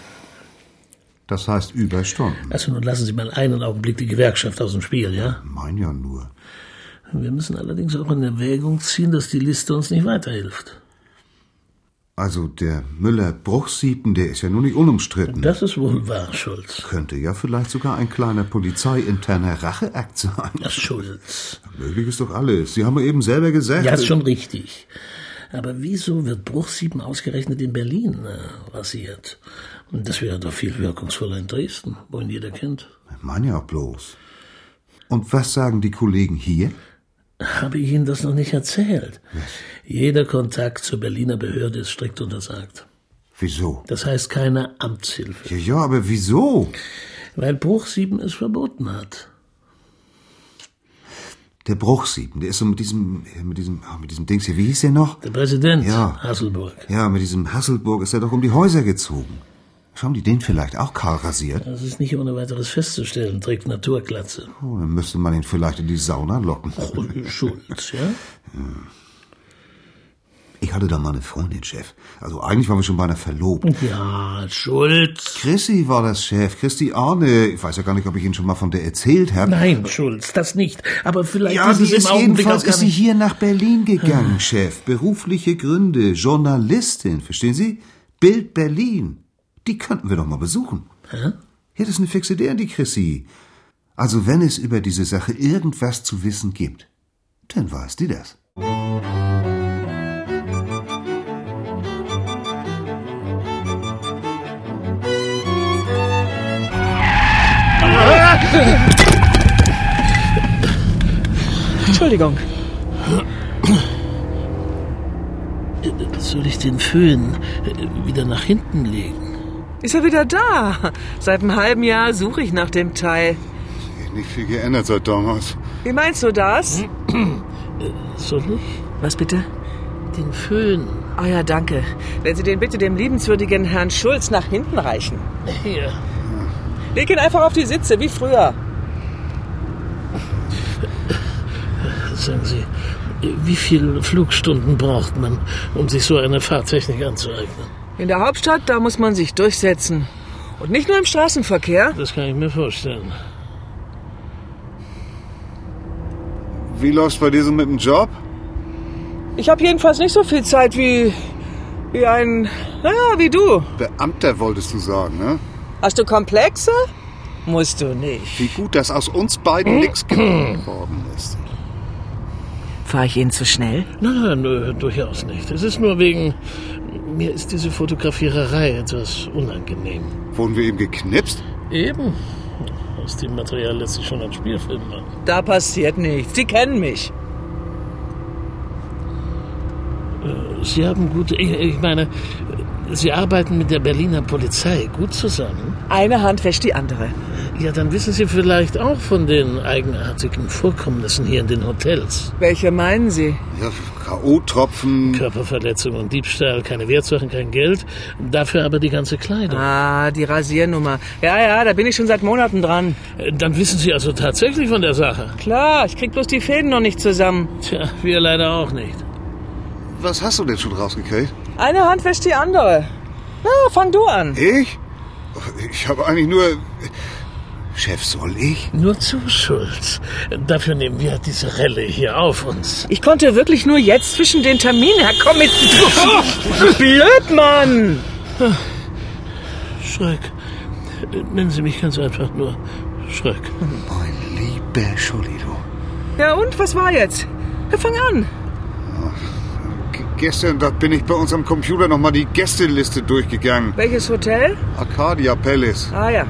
S3: Das heißt Überstunden.
S2: Also nun lassen Sie mal einen Augenblick die Gewerkschaft aus dem Spiel, ja?
S3: Mein ja nur.
S2: Wir müssen allerdings auch in Erwägung ziehen, dass die Liste uns nicht weiterhilft.
S3: Also der Müller-Bruchsiepen, der ist ja nun nicht unumstritten.
S2: Das ist wohl wahr, Schulz.
S3: Könnte ja vielleicht sogar ein kleiner polizeiinterner Racheakt sein.
S2: Schulz.
S3: Möglich ist doch alles. Sie haben ja eben selber gesagt.
S2: Ja, ist schon richtig. Aber wieso wird Bruchsieben ausgerechnet in Berlin äh, rasiert? Und das wäre doch viel wirkungsvoller in Dresden, wo ihn jeder kennt.
S3: Mein ja bloß. Und was sagen die Kollegen hier?
S2: Habe ich Ihnen das noch nicht erzählt? Jeder Kontakt zur Berliner Behörde ist strikt untersagt.
S3: Wieso?
S2: Das heißt keine Amtshilfe.
S3: Ja, ja, aber wieso?
S2: Weil Bruchsieben es verboten hat.
S3: Der Bruchsiepen, der ist so mit diesem, mit diesem, ah, mit diesem Dings hier, wie hieß der noch?
S2: Der Präsident
S3: Ja.
S2: Hasselburg.
S3: Ja, mit diesem Hasselburg ist er doch um die Häuser gezogen. Haben die den vielleicht auch kahl rasiert?
S2: Das ist nicht ohne weiteres festzustellen, trägt Naturglatze.
S3: Oh, dann müsste man ihn vielleicht in die Sauna locken.
S2: Schulz, ja?
S3: Ich hatte da mal eine Freundin, Chef. Also eigentlich waren wir schon beinahe verlobt.
S2: Ja, Schulz.
S3: Chrissy war das Chef, Christi Arne. Ich weiß ja gar nicht, ob ich Ihnen schon mal von der erzählt habe.
S2: Nein, Schulz, das nicht. Aber vielleicht
S3: Ja,
S2: ist
S3: sie
S2: es
S3: ist
S2: im Augenblick
S3: jedenfalls
S2: auch
S3: ist
S2: gar
S3: sie
S2: nicht...
S3: hier nach Berlin
S2: Ah.
S3: gegangen, Chef. Berufliche Gründe, Journalistin, verstehen Sie? Bild Berlin. Die könnten wir doch mal besuchen.
S2: Hä?
S3: Ja, das ist eine fixe Idee, die Chrissy. Also wenn es über diese Sache irgendwas zu wissen gibt, dann weiß die das.
S11: Entschuldigung.
S2: Soll ich den Föhn äh, wieder nach hinten legen?
S9: Ist er wieder da? Seit einem halben Jahr suche ich nach dem Teil.
S3: Nicht viel geändert seit damals.
S9: Wie meinst du das?
S2: Hm? Soll ich?
S9: Was bitte?
S2: Den Föhn.
S9: Ah ja, danke. Wenn Sie den bitte dem liebenswürdigen Herrn Schulz nach hinten reichen.
S2: Hier.
S9: Leg ihn einfach auf die Sitze, wie früher.
S2: Sagen Sie, wie viele Flugstunden braucht man, um sich so eine Fahrtechnik anzueignen?
S9: In der Hauptstadt, da muss man sich durchsetzen. Und nicht nur im Straßenverkehr.
S2: Das kann ich mir vorstellen.
S3: Wie läuft's bei dir so mit dem Job?
S9: Ich habe jedenfalls nicht so viel Zeit wie, wie ein, naja, wie du.
S3: Beamter wolltest du sagen, ne?
S9: Hast du Komplexe? Musst du nicht.
S3: Wie gut, dass aus uns beiden nichts geworden ist.
S9: Fahre ich Ihnen zu schnell?
S2: Nein, nein, nö, durchaus nicht. Es ist nur wegen. Mir ist diese Fotografiererei etwas unangenehm.
S3: Wurden wir eben geknipst?
S2: Eben. Aus dem Material lässt sich schon ein Spielfilm machen.
S9: Da passiert nichts. Sie kennen mich.
S2: Äh, Sie haben gute. Ich, ich meine, äh, Sie arbeiten mit der Berliner Polizei gut zusammen.
S9: Eine Hand wäscht die andere.
S2: Ja, dann wissen Sie vielleicht auch von den eigenartigen Vorkommnissen hier in den Hotels.
S9: Welche meinen Sie?
S3: Ja, K.O.-Tropfen.
S2: Körperverletzung und Diebstahl, keine Wertsachen, kein Geld. Dafür aber die ganze Kleidung.
S9: Ah, die Rasiernummer. Ja, ja, da bin ich schon seit Monaten dran.
S2: Äh, Dann wissen Sie also tatsächlich von der Sache.
S9: Klar, ich krieg bloß die Fäden noch nicht zusammen.
S2: Tja, wir leider auch nicht.
S3: Was hast du denn schon rausgekriegt?
S9: Eine Hand wäscht die andere. Na, fang du an.
S3: Ich? Ich habe eigentlich nur. Chef, soll ich?
S2: Nur zu, Schulz. Dafür nehmen wir diese Relle hier auf uns.
S9: Ich konnte wirklich nur jetzt zwischen den Terminen herkommen. Mit... Blöd, Mann!
S2: Schreck. Äh, Nennen Sie mich ganz einfach nur Schreck.
S3: Mein lieber Scholli, du.
S9: Ja und, was war jetzt? Ja, fang an.
S3: Gestern da bin ich bei uns am Computer nochmal die Gästeliste durchgegangen.
S9: Welches Hotel?
S3: Arcadia Palace.
S9: Ah ja.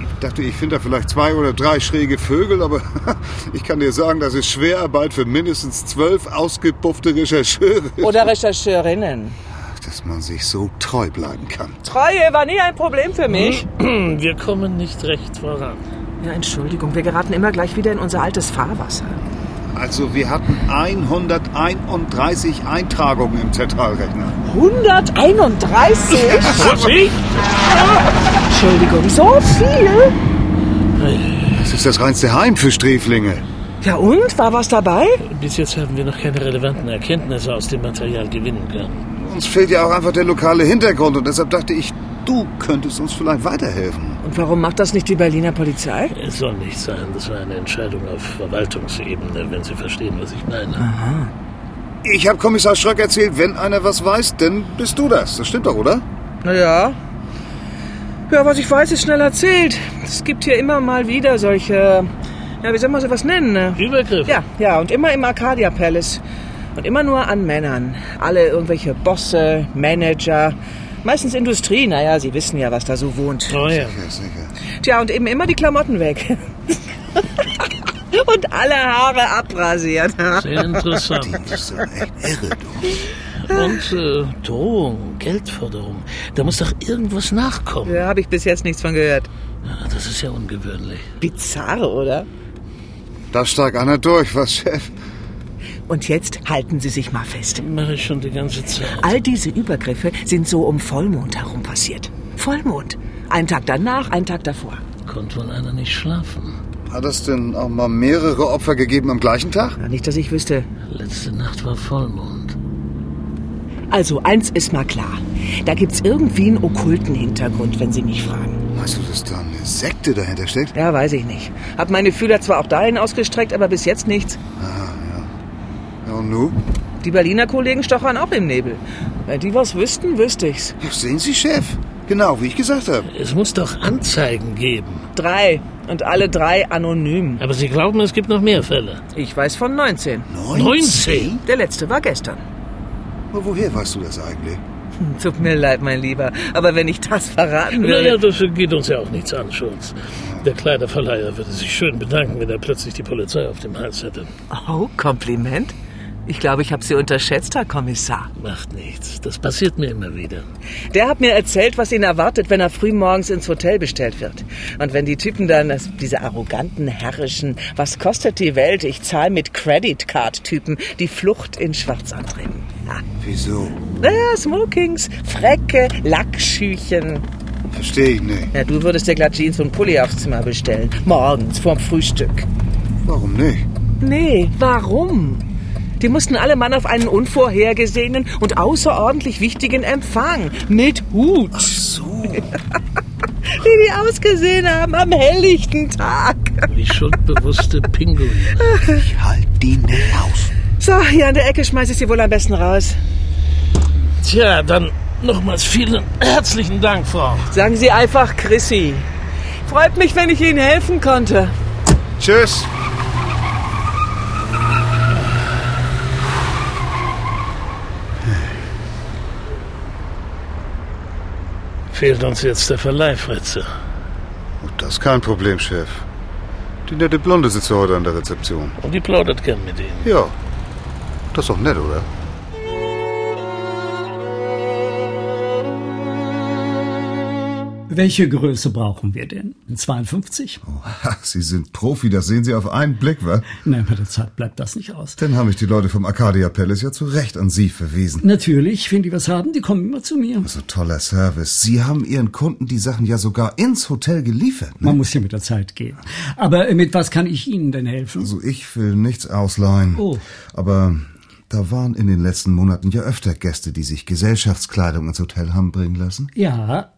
S3: Ich dachte, ich finde da vielleicht zwei oder drei schräge Vögel, aber ich kann dir sagen, das ist Schwerarbeit für mindestens zwölf ausgepuffte Rechercheure.
S9: Oder Rechercheurinnen.
S3: Dass man sich so treu bleiben kann.
S9: Treue war nie ein Problem für mich.
S2: Wir kommen nicht recht voran.
S9: Ja, Entschuldigung, wir geraten immer gleich wieder in unser altes Fahrwasser.
S3: Also wir hatten 131 Eintragungen im Zentralrechner.
S9: 131?
S3: Vorsicht!
S9: Entschuldigung, so viel?
S3: Das ist das reinste Heim für Sträflinge.
S9: Ja und, war was dabei?
S2: Bis jetzt haben wir noch keine relevanten Erkenntnisse aus dem Material gewinnen können.
S3: Uns fehlt ja auch einfach der lokale Hintergrund und deshalb dachte ich, du könntest uns vielleicht weiterhelfen.
S9: Und warum macht das nicht die Berliner Polizei?
S2: Es soll nicht sein, das war eine Entscheidung auf Verwaltungsebene, wenn Sie verstehen, was ich meine.
S3: Ich habe Kommissar Schröck erzählt, wenn einer was weiß, dann bist du das. Das stimmt doch, oder?
S9: Naja. Ja, was ich weiß, ist schnell erzählt. Es gibt hier immer mal wieder solche, ja, wie soll man sowas nennen? ne?
S2: Übergriffe?
S9: Ja, ja, und immer im Arcadia Palace. Und immer nur an Männern. Alle irgendwelche Bosse, Manager, meistens Industrie. Naja, Sie wissen ja, was da so wohnt.
S2: Oh ja.
S3: Sicher, sicher.
S9: Tja, und eben immer die Klamotten weg. und alle Haare abrasiert.
S2: Sehr interessant. Und äh, Drohung, Geldforderung. Da muss doch irgendwas nachkommen.
S9: Da habe ich bis jetzt nichts von gehört.
S2: Ja, Das ist ja ungewöhnlich.
S9: Bizarr, oder?
S3: Da steigt einer durch, was, Chef?
S9: Und jetzt halten Sie sich mal fest.
S2: Mache ich schon die ganze Zeit.
S9: All diese Übergriffe sind so um Vollmond herum passiert. Vollmond. Einen Tag danach, einen Tag davor.
S2: Konnte wohl einer nicht schlafen.
S3: Hat es denn auch mal mehrere Opfer gegeben am gleichen Tag?
S9: nicht, dass ich wüsste.
S2: Letzte Nacht war Vollmond.
S9: Also, eins ist mal klar. Da gibt's irgendwie einen okkulten Hintergrund, wenn Sie mich fragen.
S3: Weißt du, dass da eine Sekte dahinter steckt?
S9: Ja, weiß ich nicht. Hab meine Fühler zwar auch dahin ausgestreckt, aber bis jetzt nichts.
S3: Ah, Ja, und nu?
S9: Die Berliner Kollegen stochern auch im Nebel. Wenn die was wüssten, wüsste ich's.
S3: Sehen Sie, Chef? Genau, wie ich gesagt habe.
S2: Es muss doch Anzeigen geben.
S9: Drei. Und alle drei anonym.
S2: Aber Sie glauben, es gibt noch mehr Fälle.
S9: Ich weiß von 19.
S2: 19?
S9: Der letzte war gestern.
S3: Woher weißt du das eigentlich?
S9: Hm, Tut mir leid, mein Lieber. Aber wenn ich das verraten
S2: Naja,
S9: würde...
S2: das geht uns ja auch nichts an, Schulz. Der Kleiderverleiher würde sich schön bedanken, wenn er plötzlich die Polizei auf dem Hals hätte.
S9: Oh, Kompliment. Ich glaube, ich habe Sie unterschätzt, Herr Kommissar.
S2: Macht nichts. Das passiert mir immer wieder.
S9: Der hat mir erzählt, was ihn erwartet, wenn er frühmorgens ins Hotel bestellt wird. Und wenn die Typen dann, das, diese arroganten, herrischen, was kostet die Welt, ich zahle mit Credit Card Typen, die Flucht in Schwarz antreten. Ah.
S3: Wieso?
S9: Naja, Smokings, Frecke, Lackschüchen.
S3: Verstehe ich nicht.
S9: Ja, du würdest dir glatt Jeans und Pulli aufs Zimmer bestellen. Morgens, vorm Frühstück.
S3: Warum nicht?
S9: Nee, warum? Die mussten alle Mann auf einen unvorhergesehenen und außerordentlich wichtigen Empfang. Mit Hut. Ach
S3: so.
S9: Wie die ausgesehen haben am helllichten Tag.
S2: Wie schuldbewusste Pinguine.
S3: Ich halt die nicht aus.
S9: So, hier an der Ecke schmeiß ich sie wohl am besten raus.
S2: Tja, dann nochmals vielen herzlichen Dank, Frau.
S9: Sagen Sie einfach Chrissy. Freut mich, wenn ich Ihnen helfen konnte.
S3: Tschüss.
S2: Fehlt uns jetzt der Verleih, Fritze.
S3: Oh, Das ist kein Problem, Chef. Die nette Blonde sitzt ja heute an der Rezeption.
S2: Und die plaudert gern mit Ihnen.
S3: Ja. Das ist doch nett, oder?
S13: Welche Größe brauchen wir denn? 52?
S3: Sie sind Profi, das sehen Sie auf einen Blick, wa?
S13: Nein, mit der Zeit bleibt das nicht aus.
S3: Dann haben mich die Leute vom Arcadia Palace ja zu Recht an Sie verwiesen.
S13: Natürlich, wenn die was haben, die kommen immer zu mir.
S3: So toller Service. Sie haben Ihren Kunden die Sachen ja sogar ins Hotel geliefert. Ne?
S13: Man muss ja mit der Zeit gehen. Aber äh, mit was kann ich Ihnen denn helfen?
S3: Also ich will nichts ausleihen.
S13: Oh.
S3: Aber da waren in den letzten Monaten ja öfter Gäste, die sich Gesellschaftskleidung ins Hotel haben bringen lassen.
S13: Ja,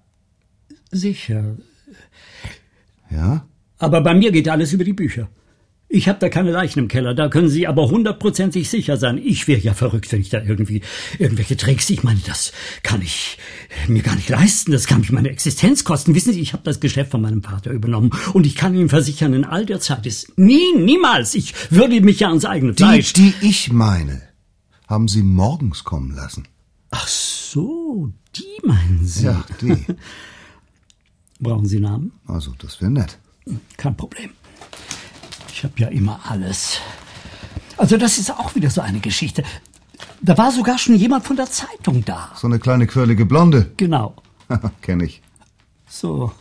S13: sicher.
S3: Ja?
S13: Aber bei mir geht alles über die Bücher. Ich habe da keine Leichen im Keller, da können Sie aber hundertprozentig sicher sein. Ich wäre ja verrückt, wenn ich da irgendwie irgendwelche Tricks, ich meine, das kann ich mir gar nicht leisten, das kann mich meine Existenz kosten. Wissen Sie, ich habe das Geschäft von meinem Vater übernommen und ich kann Ihnen versichern, in all der Zeit ist nie, niemals, ich würde mich ja ans eigene
S3: Die,
S13: Fleisch.
S3: die ich meine, haben Sie morgens kommen lassen.
S13: Ach so, die meinen Sie?
S3: Ja, die.
S13: Brauchen Sie Namen?
S3: Also, das wäre nett.
S13: Kein Problem. Ich habe ja immer alles. Also das ist auch wieder so eine Geschichte. Da war sogar schon jemand von der Zeitung da.
S3: So eine kleine quirlige Blonde.
S13: Genau.
S3: Kenn ich.
S13: So.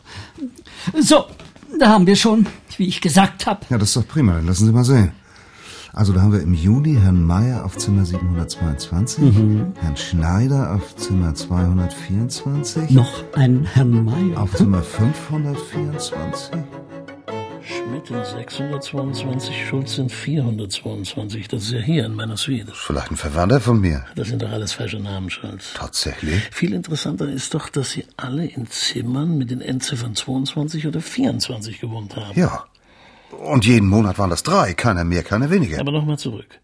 S13: So, da haben wir schon, wie ich gesagt habe.
S3: Ja, das ist doch prima. Dann lassen Sie mal sehen. Also, da haben wir im Juli Herrn Meier auf Zimmer 722,
S13: Mhm.
S3: Herrn Schneider auf Zimmer 224.
S13: Noch einen Herrn Mayer.
S3: Auf Zimmer 524.
S2: Schmidt in 622, Schulz in 422. Das ist ja hier in meiner Suite.
S3: Vielleicht ein Verwandter von mir.
S2: Das sind doch alles falsche Namen, Schulz.
S3: Tatsächlich?
S2: Viel interessanter ist doch, dass Sie alle in Zimmern mit den Endziffern 22 oder 24 gewohnt haben.
S3: Ja. Und jeden Monat waren das drei. Keiner mehr, keiner weniger.
S2: Aber nochmal zurück.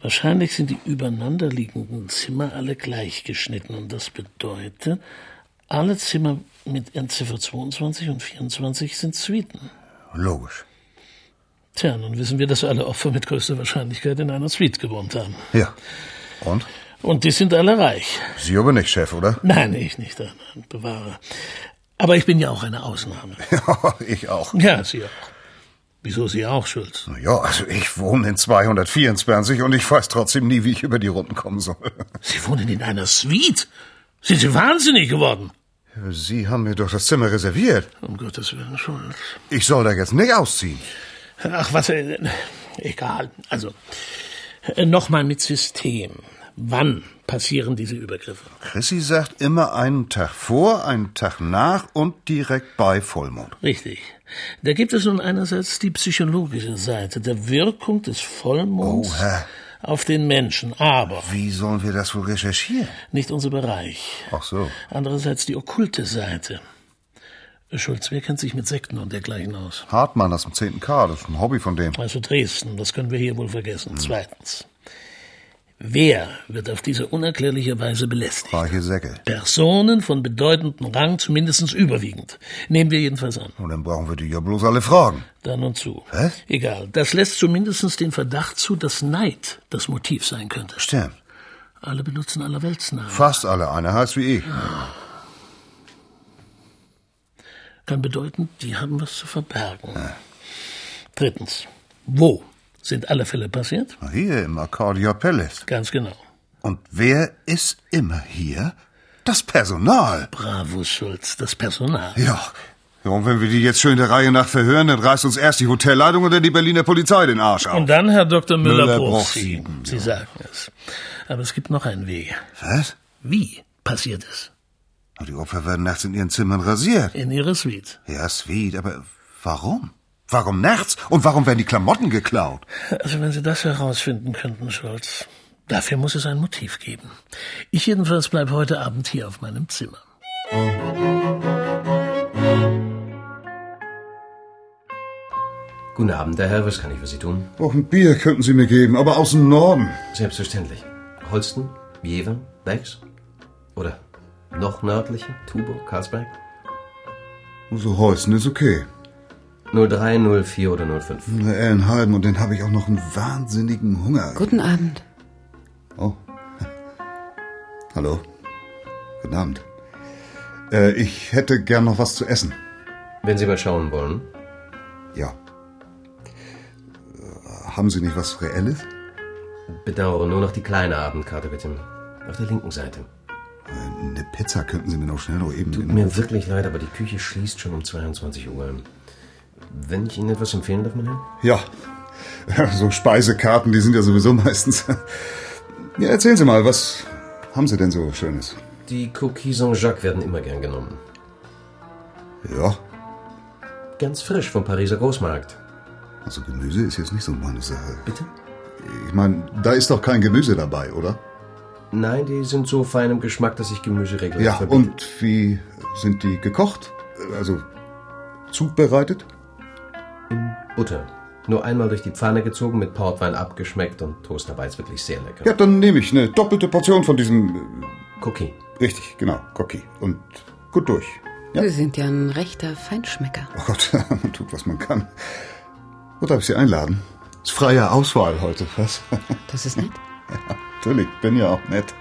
S2: Wahrscheinlich sind die übereinanderliegenden Zimmer alle gleich geschnitten und das bedeutet, alle Zimmer mit Endziffer 22 und 24 sind Suiten.
S3: Logisch.
S2: Tja, nun wissen wir, dass alle Opfer mit größter Wahrscheinlichkeit in einer Suite gewohnt haben.
S3: Ja. Und?
S2: Und die sind alle reich.
S3: Sie aber nicht, Chef, oder?
S2: Nein, ich nicht, nein, nein, bewahre. Aber ich bin ja auch eine Ausnahme.
S3: Ja, ich auch.
S2: Ja, Sie auch. Wieso Sie auch, Schulz?
S3: Na Ja, also ich wohne in 224 und ich weiß trotzdem nie, wie ich über die Runden kommen soll.
S2: Sie wohnen in einer Suite? Sind Sie wahnsinnig geworden?
S3: Sie haben mir doch das Zimmer reserviert.
S2: Um Gottes Willen, Schulz.
S3: Ich soll da jetzt nicht ausziehen.
S2: Ach, was, äh, egal. Also, äh, nochmal mit System. Wann passieren diese Übergriffe?
S3: Chrissy sagt immer einen Tag vor, einen Tag nach und direkt bei Vollmond.
S2: Richtig. Da gibt es nun einerseits die psychologische Seite der Wirkung des Vollmonds
S3: Oha.
S2: auf den Menschen, aber
S3: Wie sollen wir das wohl recherchieren?
S2: nicht unser Bereich.
S3: Ach so.
S2: Andererseits die okkulte Seite. Schulz, wer kennt sich mit Sekten und dergleichen aus?
S3: Hartmann aus dem 10. K, das ist ein Hobby von dem.
S2: Also Dresden, das können wir hier wohl vergessen.
S3: Hm.
S2: Zweitens. Wer wird auf diese unerklärliche Weise belästigt?
S3: Reiche Säcke.
S2: Personen von bedeutendem Rang, zumindest überwiegend. Nehmen wir jedenfalls an.
S3: Und dann brauchen wir die ja bloß alle fragen.
S2: Dann und zu. Was? Egal. Das lässt zumindest den Verdacht zu, dass Neid das Motiv sein könnte.
S3: Stimmt.
S2: Alle benutzen allerweltsnamen.
S3: Fast alle. Einer heißt wie ich.
S2: Kann bedeuten, die haben was zu verbergen. Drittens. Wo sind alle Fälle passiert?
S3: Hier im Arcadia Palace.
S2: Ganz genau.
S3: Und wer ist immer hier? Das Personal.
S2: Bravo, Schulz, das Personal.
S3: Ja. ja. Und wenn wir die jetzt schön der Reihe nach verhören, dann reißt uns erst die Hotelleitung oder die Berliner Polizei den Arsch auf.
S2: Und dann Herr Dr. Müller-Bruch. Sie,
S3: Müller-Bruch-Siegen,
S2: Sie sagen es. Aber es gibt noch einen Weg.
S3: Was?
S2: Wie passiert es?
S3: Die Opfer werden nachts in ihren Zimmern rasiert.
S2: In ihrer Suite.
S3: Ja, sweet, aber warum? Warum nachts? Und warum werden die Klamotten geklaut?
S2: Also wenn Sie das herausfinden könnten, Schulz. Dafür muss es ein Motiv geben. Ich jedenfalls bleibe heute Abend hier auf meinem Zimmer.
S10: Guten Abend, der Herr. Was kann ich für Sie tun?
S3: Auch ein Bier könnten Sie mir geben, aber aus dem Norden.
S10: Selbstverständlich. Holsten, Jever, Becks oder noch nördlicher, Tuborg, Karlsberg?
S3: So Holzen Also ist okay.
S10: 03, 04 oder 05.
S3: Na, Ellen halben und dann habe ich auch noch einen wahnsinnigen Hunger.
S11: Guten Abend.
S3: Oh. Hallo. Guten Abend. Äh, ich hätte gern noch was zu essen.
S10: Wenn Sie mal schauen wollen.
S3: Ja. Äh, Haben Sie nicht was Reelles?
S10: Bedauere nur noch die kleine Abendkarte, bitte. Auf der linken Seite.
S3: Eine Pizza könnten Sie mir noch schnell noch eben...
S10: Tut
S3: in-
S10: mir wirklich leid, aber die Küche schließt schon um 22 Uhr. Wenn ich Ihnen etwas empfehlen darf, mein Herr?
S3: Ja. So Speisekarten, die sind ja sowieso meistens... Ja, erzählen Sie mal, was haben Sie denn so Schönes?
S10: Die Cookies Saint-Jacques werden immer gern genommen.
S3: Ja.
S10: Ganz frisch vom Pariser Großmarkt.
S3: Also Gemüse ist jetzt nicht so meine Sache. Bitte? Ich meine, da ist doch kein Gemüse dabei, oder?
S10: Nein, die sind so fein im Geschmack, dass ich Gemüse regelmäßig
S3: Ja, und wie sind die gekocht? Also zubereitet?
S10: Butter. Nur einmal durch die Pfanne gezogen, mit Portwein abgeschmeckt und Toast dabei ist wirklich sehr lecker.
S3: Ja, dann nehme ich eine doppelte Portion von diesem... äh,
S10: Cookie.
S3: Richtig, genau, Cookie. Und gut durch. Ja.
S11: Wir sind ja ein rechter Feinschmecker.
S3: Oh Gott, man tut, was man kann. Wo darf ich Sie einladen? Ist freie Auswahl heute, was?
S11: Das ist nett.
S3: Ja, natürlich, bin ja auch nett.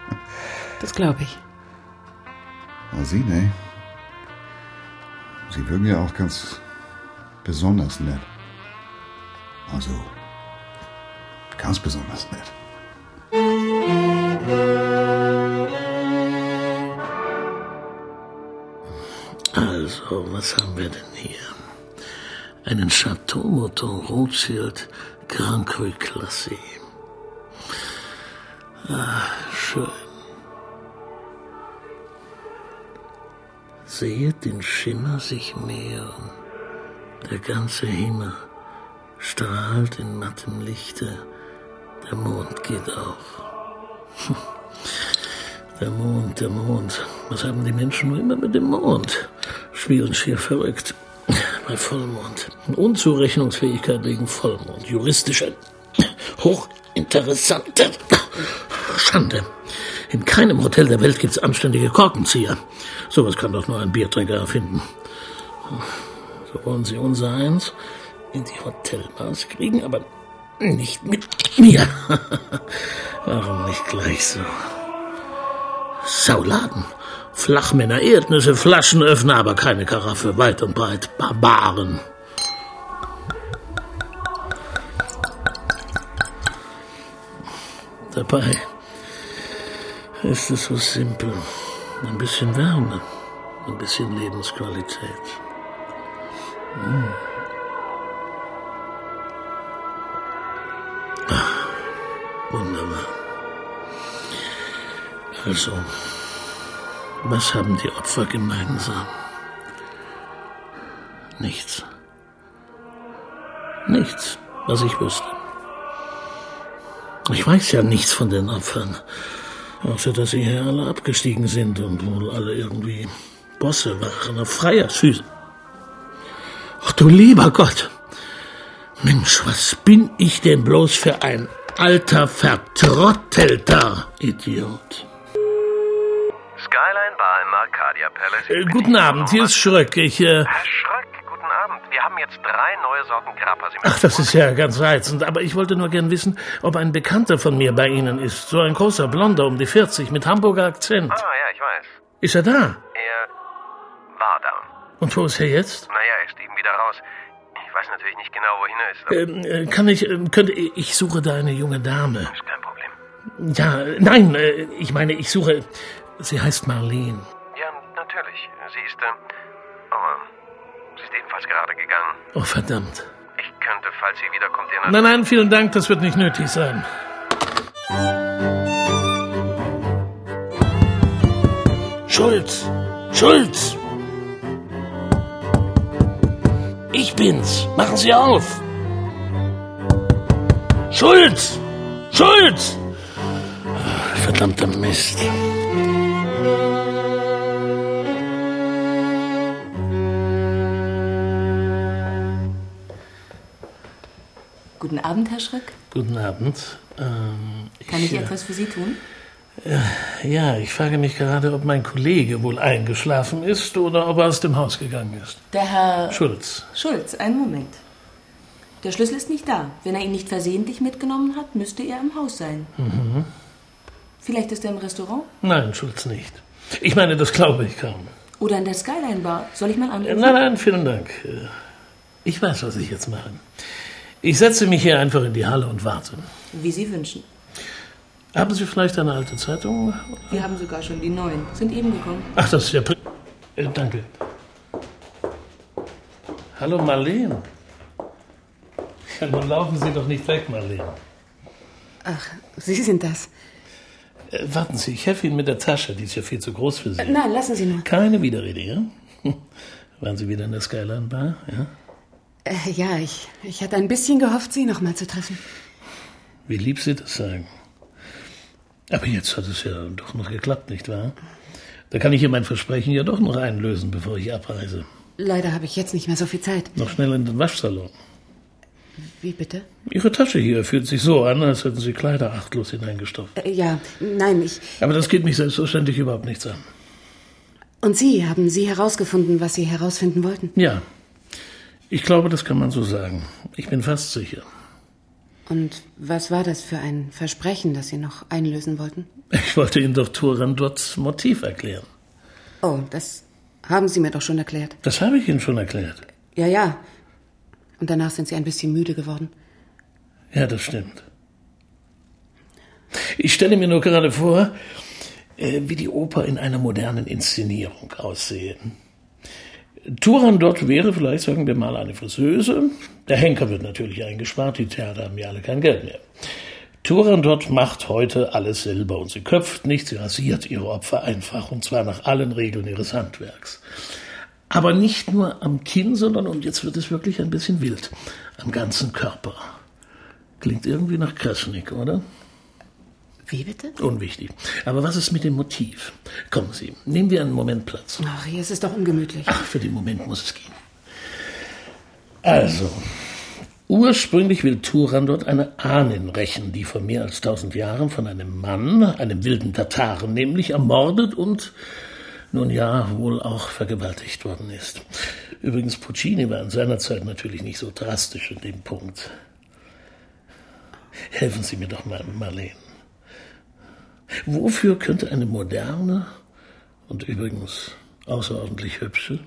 S11: Das glaube ich.
S3: Aber Sie, ne? Sie wirken ja auch ganz besonders nett. Also, ganz besonders nett.
S2: Also, was haben wir denn hier? Einen Chateau Mouton Rothschild Grand Cru Classé. Ah, schön. Sehet den Schimmer sich mehren. Der ganze Himmel strahlt in mattem Lichte. Der Mond geht auf. Hm. Der Mond, der Mond. Was haben die Menschen nur immer mit dem Mond? Spielen schier verrückt. Bei Vollmond. Unzurechnungsfähigkeit wegen Vollmond. Juristische, hochinteressante Schande. In keinem Hotel der Welt gibt's anständige Korkenzieher. Sowas kann doch nur ein Biertrinker erfinden. So wollen sie unser eins in die Hotelbars kriegen, aber nicht mit mir. Warum nicht gleich so? Sauladen. Flachmänner, Erdnüsse, Flaschenöffner, aber keine Karaffe. Weit und breit Barbaren. Dabei ist es so simpel. Ein bisschen Wärme, ein bisschen Lebensqualität. Mm. Ah, wunderbar.
S14: Also, was haben die Opfer gemeinsam? Nichts. Nichts, was ich wüsste. Ich weiß ja nichts von den Opfern. Außer, dass sie hier alle abgestiegen sind und wohl alle irgendwie Bosse waren auf freier Füße. Ach du lieber Gott! Mensch, was bin ich denn bloß für ein alter, vertrottelter Idiot?
S6: Skyline Bar im Arcadia Palace.
S2: Äh, guten Abend, hier ist Schröck. Ich, äh,
S6: Herr Schröck, guten Abend. Wir haben jetzt drei neue Sorten Grappas im
S2: ach, das ist ja ganz reizend, aber ich wollte nur gern wissen, ob ein Bekannter von mir bei Ihnen ist. So ein großer Blonder um die 40 mit Hamburger Akzent.
S6: Ah, ja, ich weiß.
S2: Ist er da?
S6: Er war da.
S2: Und wo ist er jetzt?
S6: Naja, er ist eben wieder raus. Ich weiß natürlich nicht genau, wohin er ist. aber-
S2: Ähm, äh, kann ich, ähm, könnte, ich suche da eine junge Dame.
S6: Ist kein Problem.
S2: Ja, äh, nein, äh, ich meine, ich suche, sie heißt Marlene.
S6: Ja, natürlich. Sie ist, äh, aber sie ist ebenfalls gerade gegangen.
S2: Oh, verdammt.
S6: Ich könnte, falls sie wiederkommt, ihr
S2: Nein, nein, vielen Dank, das wird nicht nötig sein. Schulz! Schulz! Ich bin's. Machen Sie auf! Schulz! Schulz! Verdammter Mist.
S15: Guten Abend, Herr Schröck.
S2: Guten Abend. Ähm,
S15: Kann ich
S2: äh,
S15: etwas für Sie tun?
S2: Ja, ich frage mich gerade, ob mein Kollege wohl eingeschlafen ist oder ob er aus dem Haus gegangen ist.
S15: Der Herr
S2: Schulz.
S15: Schulz, einen Moment. Der Schlüssel ist nicht da. Wenn er ihn nicht versehentlich mitgenommen hat, müsste er im Haus sein.
S2: Mhm.
S15: Vielleicht ist er im Restaurant
S2: Nein, Schulz nicht. Ich meine, das glaube ich kaum.
S15: oder in der Skyline Bar. Soll ich mal
S2: Äh,
S15: anrufen?
S2: Nein, nein, vielen Dank. Äh, Ich weiß, was ich jetzt mache. Ich setze mich hier einfach in die Halle und warte.
S15: Wie Sie wünschen.
S2: Haben Sie vielleicht eine alte Zeitung?
S15: Wir haben sogar schon die neuen. Sind eben gekommen.
S2: Ach, das ist ja... pri- Äh, danke. Hallo, Marlene. Ja, nun laufen Sie doch nicht weg, Marlene.
S11: Ach, Sie sind das.
S2: Äh, warten Sie, ich helfe Ihnen mit der Tasche. Die ist ja viel zu groß für Sie.
S11: Äh, nein, lassen Sie nur.
S2: Keine Widerrede, ja? Waren Sie wieder in der Skyline Bar? Ja?
S11: Äh, ja, ich, ich hatte ein bisschen gehofft, Sie noch mal zu treffen.
S2: Wie lieb Sie das sagen. Aber jetzt hat es ja doch noch geklappt, nicht wahr? Da kann ich ihr mein Versprechen ja doch noch einlösen, bevor ich abreise.
S11: Leider habe ich jetzt nicht mehr so viel Zeit.
S2: Noch schnell in den Waschsalon.
S11: Wie bitte?
S2: Ihre Tasche hier fühlt sich so an, als hätten Sie Kleider achtlos hineingestopft.
S11: Äh, ja, nein, ich.
S2: Aber das geht mich selbstverständlich überhaupt nichts an.
S11: Und Sie, haben Sie herausgefunden, was Sie herausfinden wollten?
S2: Ja, ich glaube, das kann man so sagen. Ich bin fast sicher.
S11: Und was war das für ein Versprechen, das Sie noch einlösen wollten?
S2: Ich wollte Ihnen doch Turandots Motiv erklären.
S11: Oh, das haben Sie mir doch schon erklärt.
S2: Das habe ich Ihnen schon erklärt.
S11: Ja, ja. Und danach sind Sie ein bisschen müde geworden.
S2: Ja, das stimmt. Ich stelle mir nur gerade vor, äh, wie die Oper in einer modernen Inszenierung aussähe. Turandot wäre vielleicht, sagen wir mal, eine Friseuse. Der Henker wird natürlich eingespart, die Theater haben ja alle kein Geld mehr. Turandot macht heute alles selber und sie köpft nicht, sie rasiert ihre Opfer einfach und zwar nach allen Regeln ihres Handwerks. Aber nicht nur am Kinn, sondern, und jetzt wird es wirklich ein bisschen wild, am ganzen Körper. Klingt irgendwie nach Krasnick, oder?
S11: Wie bitte?
S2: Unwichtig. Aber was ist mit dem Motiv? Kommen Sie, nehmen wir einen Moment Platz.
S11: Ach, hier ist es doch ungemütlich.
S2: Ach, für den Moment muss es gehen. Also, ursprünglich will Turan dort eine Ahnin rächen, die vor mehr als tausend Jahren von einem Mann, einem wilden Tataren nämlich, ermordet und nun ja, wohl auch vergewaltigt worden ist. Übrigens, Puccini war in seiner Zeit natürlich nicht so drastisch in dem Punkt. Helfen Sie mir doch mal, Marlene. Wofür könnte eine moderne und übrigens außerordentlich hübsche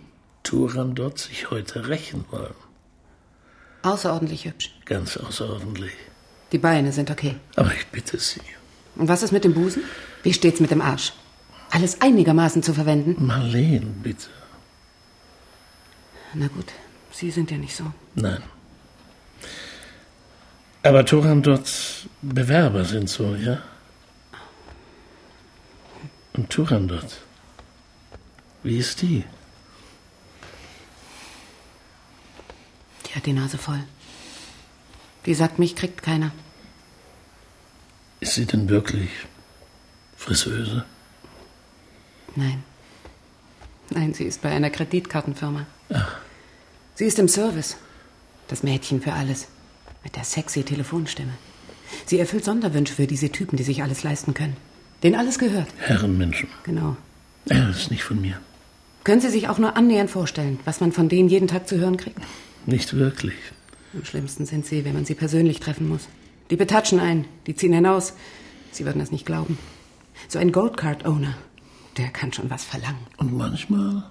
S2: Turandot sich heute rächen wollen?
S11: Außerordentlich hübsch.
S2: Ganz außerordentlich.
S11: Die Beine sind okay.
S2: Aber ich bitte Sie.
S11: Und was ist mit dem Busen? Wie steht's mit dem Arsch? Alles einigermaßen zu verwenden?
S2: Marleen, bitte.
S11: Na gut, Sie sind ja nicht so.
S2: Nein. Aber Turandots Bewerber sind so, ja? Und Turan dort. Wie ist die?
S11: Die hat die Nase voll. Die sagt, mich kriegt keiner.
S2: Ist sie denn wirklich Frisseuse?
S11: Nein. Nein, sie ist bei einer Kreditkartenfirma. Sie ist im Service. Das Mädchen für alles. Mit der sexy Telefonstimme. Sie erfüllt Sonderwünsche für diese Typen, die sich alles leisten können. Denen alles gehört.
S2: Herrenmenschen.
S11: Genau.
S2: Ja, das ist nicht von mir.
S11: Können Sie sich auch nur annähernd vorstellen, was man von denen jeden Tag zu hören kriegt?
S2: Nicht wirklich.
S11: Am schlimmsten sind sie, wenn man sie persönlich treffen muss. Die betatschen einen, die ziehen hinaus. Sie würden das nicht glauben. So ein Goldcard-Owner, der kann schon was verlangen.
S2: Und manchmal,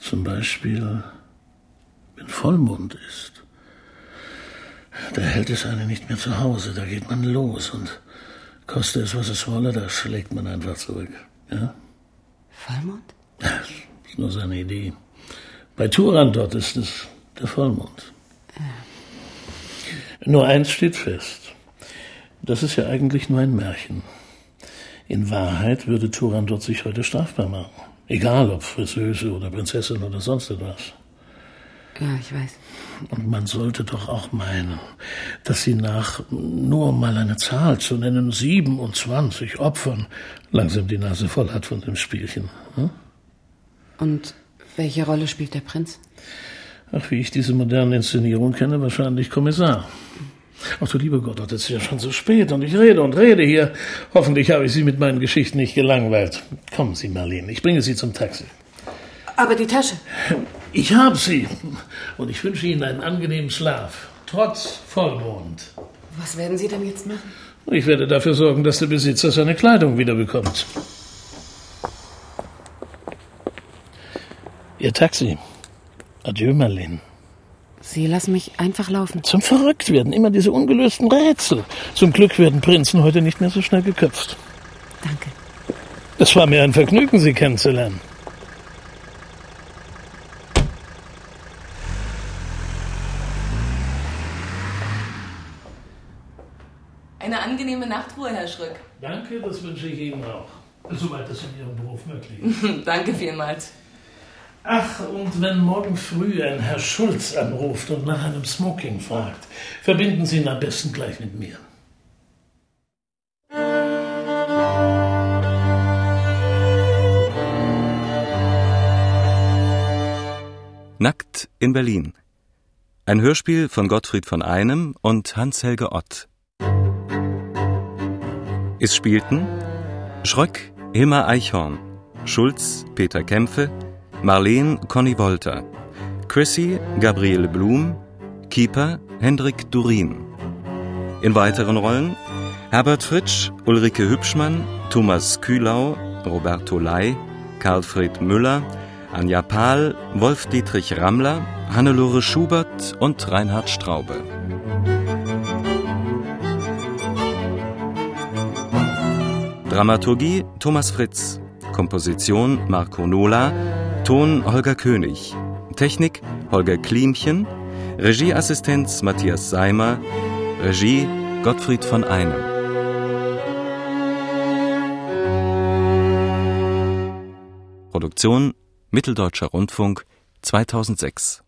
S2: zum Beispiel, wenn Vollmond ist, da hält es einen nicht mehr zu Hause. Da geht man los und koste es, was es wolle, da schlägt man einfach zurück. Ja?
S11: Vollmond?
S2: Das ist nur seine Idee. Bei Turan dort ist es der Vollmond. Nur eins steht fest. Das ist ja eigentlich nur ein Märchen. In Wahrheit würde Turan dort sich heute strafbar machen. Egal ob Friseuse oder Prinzessin oder sonst etwas.
S11: Ja, ich weiß.
S2: Und man sollte doch auch meinen, dass sie nach, nur um mal eine Zahl zu nennen, 27 Opfern langsam die Nase voll hat von dem Spielchen. Hm?
S11: Und welche Rolle spielt der Prinz?
S2: Ach, wie ich diese modernen Inszenierungen kenne, wahrscheinlich Kommissar. Ach du lieber Gott, es ist ja schon so spät und ich rede und rede hier. Hoffentlich habe ich Sie mit meinen Geschichten nicht gelangweilt. Kommen Sie, Marlene, ich bringe Sie zum Taxi.
S11: Aber die Tasche.
S2: Ich habe sie und ich wünsche Ihnen einen angenehmen Schlaf, trotz Vollmond.
S11: Was werden Sie denn jetzt machen?
S2: Ich werde dafür sorgen, dass der Besitzer seine Kleidung wiederbekommt. Ihr Taxi. Adieu, Marlene.
S11: Sie lassen mich einfach laufen.
S2: Zum Verrücktwerden immer diese ungelösten Rätsel. Zum Glück werden Prinzen heute nicht mehr so schnell geköpft.
S11: Danke.
S2: Es war mir ein Vergnügen, Sie kennenzulernen.
S15: Eine angenehme Nachtruhe, Herr Schröck.
S2: Danke, das wünsche ich Ihnen auch. Soweit das in Ihrem Beruf möglich ist.
S15: Danke vielmals.
S2: Ach, und wenn morgen früh ein Herr Schulz anruft und nach einem Smoking fragt, verbinden Sie ihn am besten gleich mit mir.
S1: Nackt in Berlin. Ein Hörspiel von Gottfried von Einem und Hans-Helge Ott. Es spielten Schröck Hilmar Eichhorn, Schulz Peter Kämpfe, Marleen Conny Wolter, Chrissy Gabriele Blum, Keeper Hendrik Durin. In weiteren Rollen Herbert Fritsch, Ulrike Hübschmann, Thomas Kühlau, Roberto Ley, Karlfried Müller, Anja Pahl, Wolf-Dietrich Rammler, Hannelore Schubert und Reinhard Straube. Dramaturgie Thomas Fritz, Komposition Marco Nola, Ton Holger König, Technik Holger Klimchen, Regieassistenz Matthias Seimer, Regie Gottfried von Einem. Produktion Mitteldeutscher Rundfunk 2006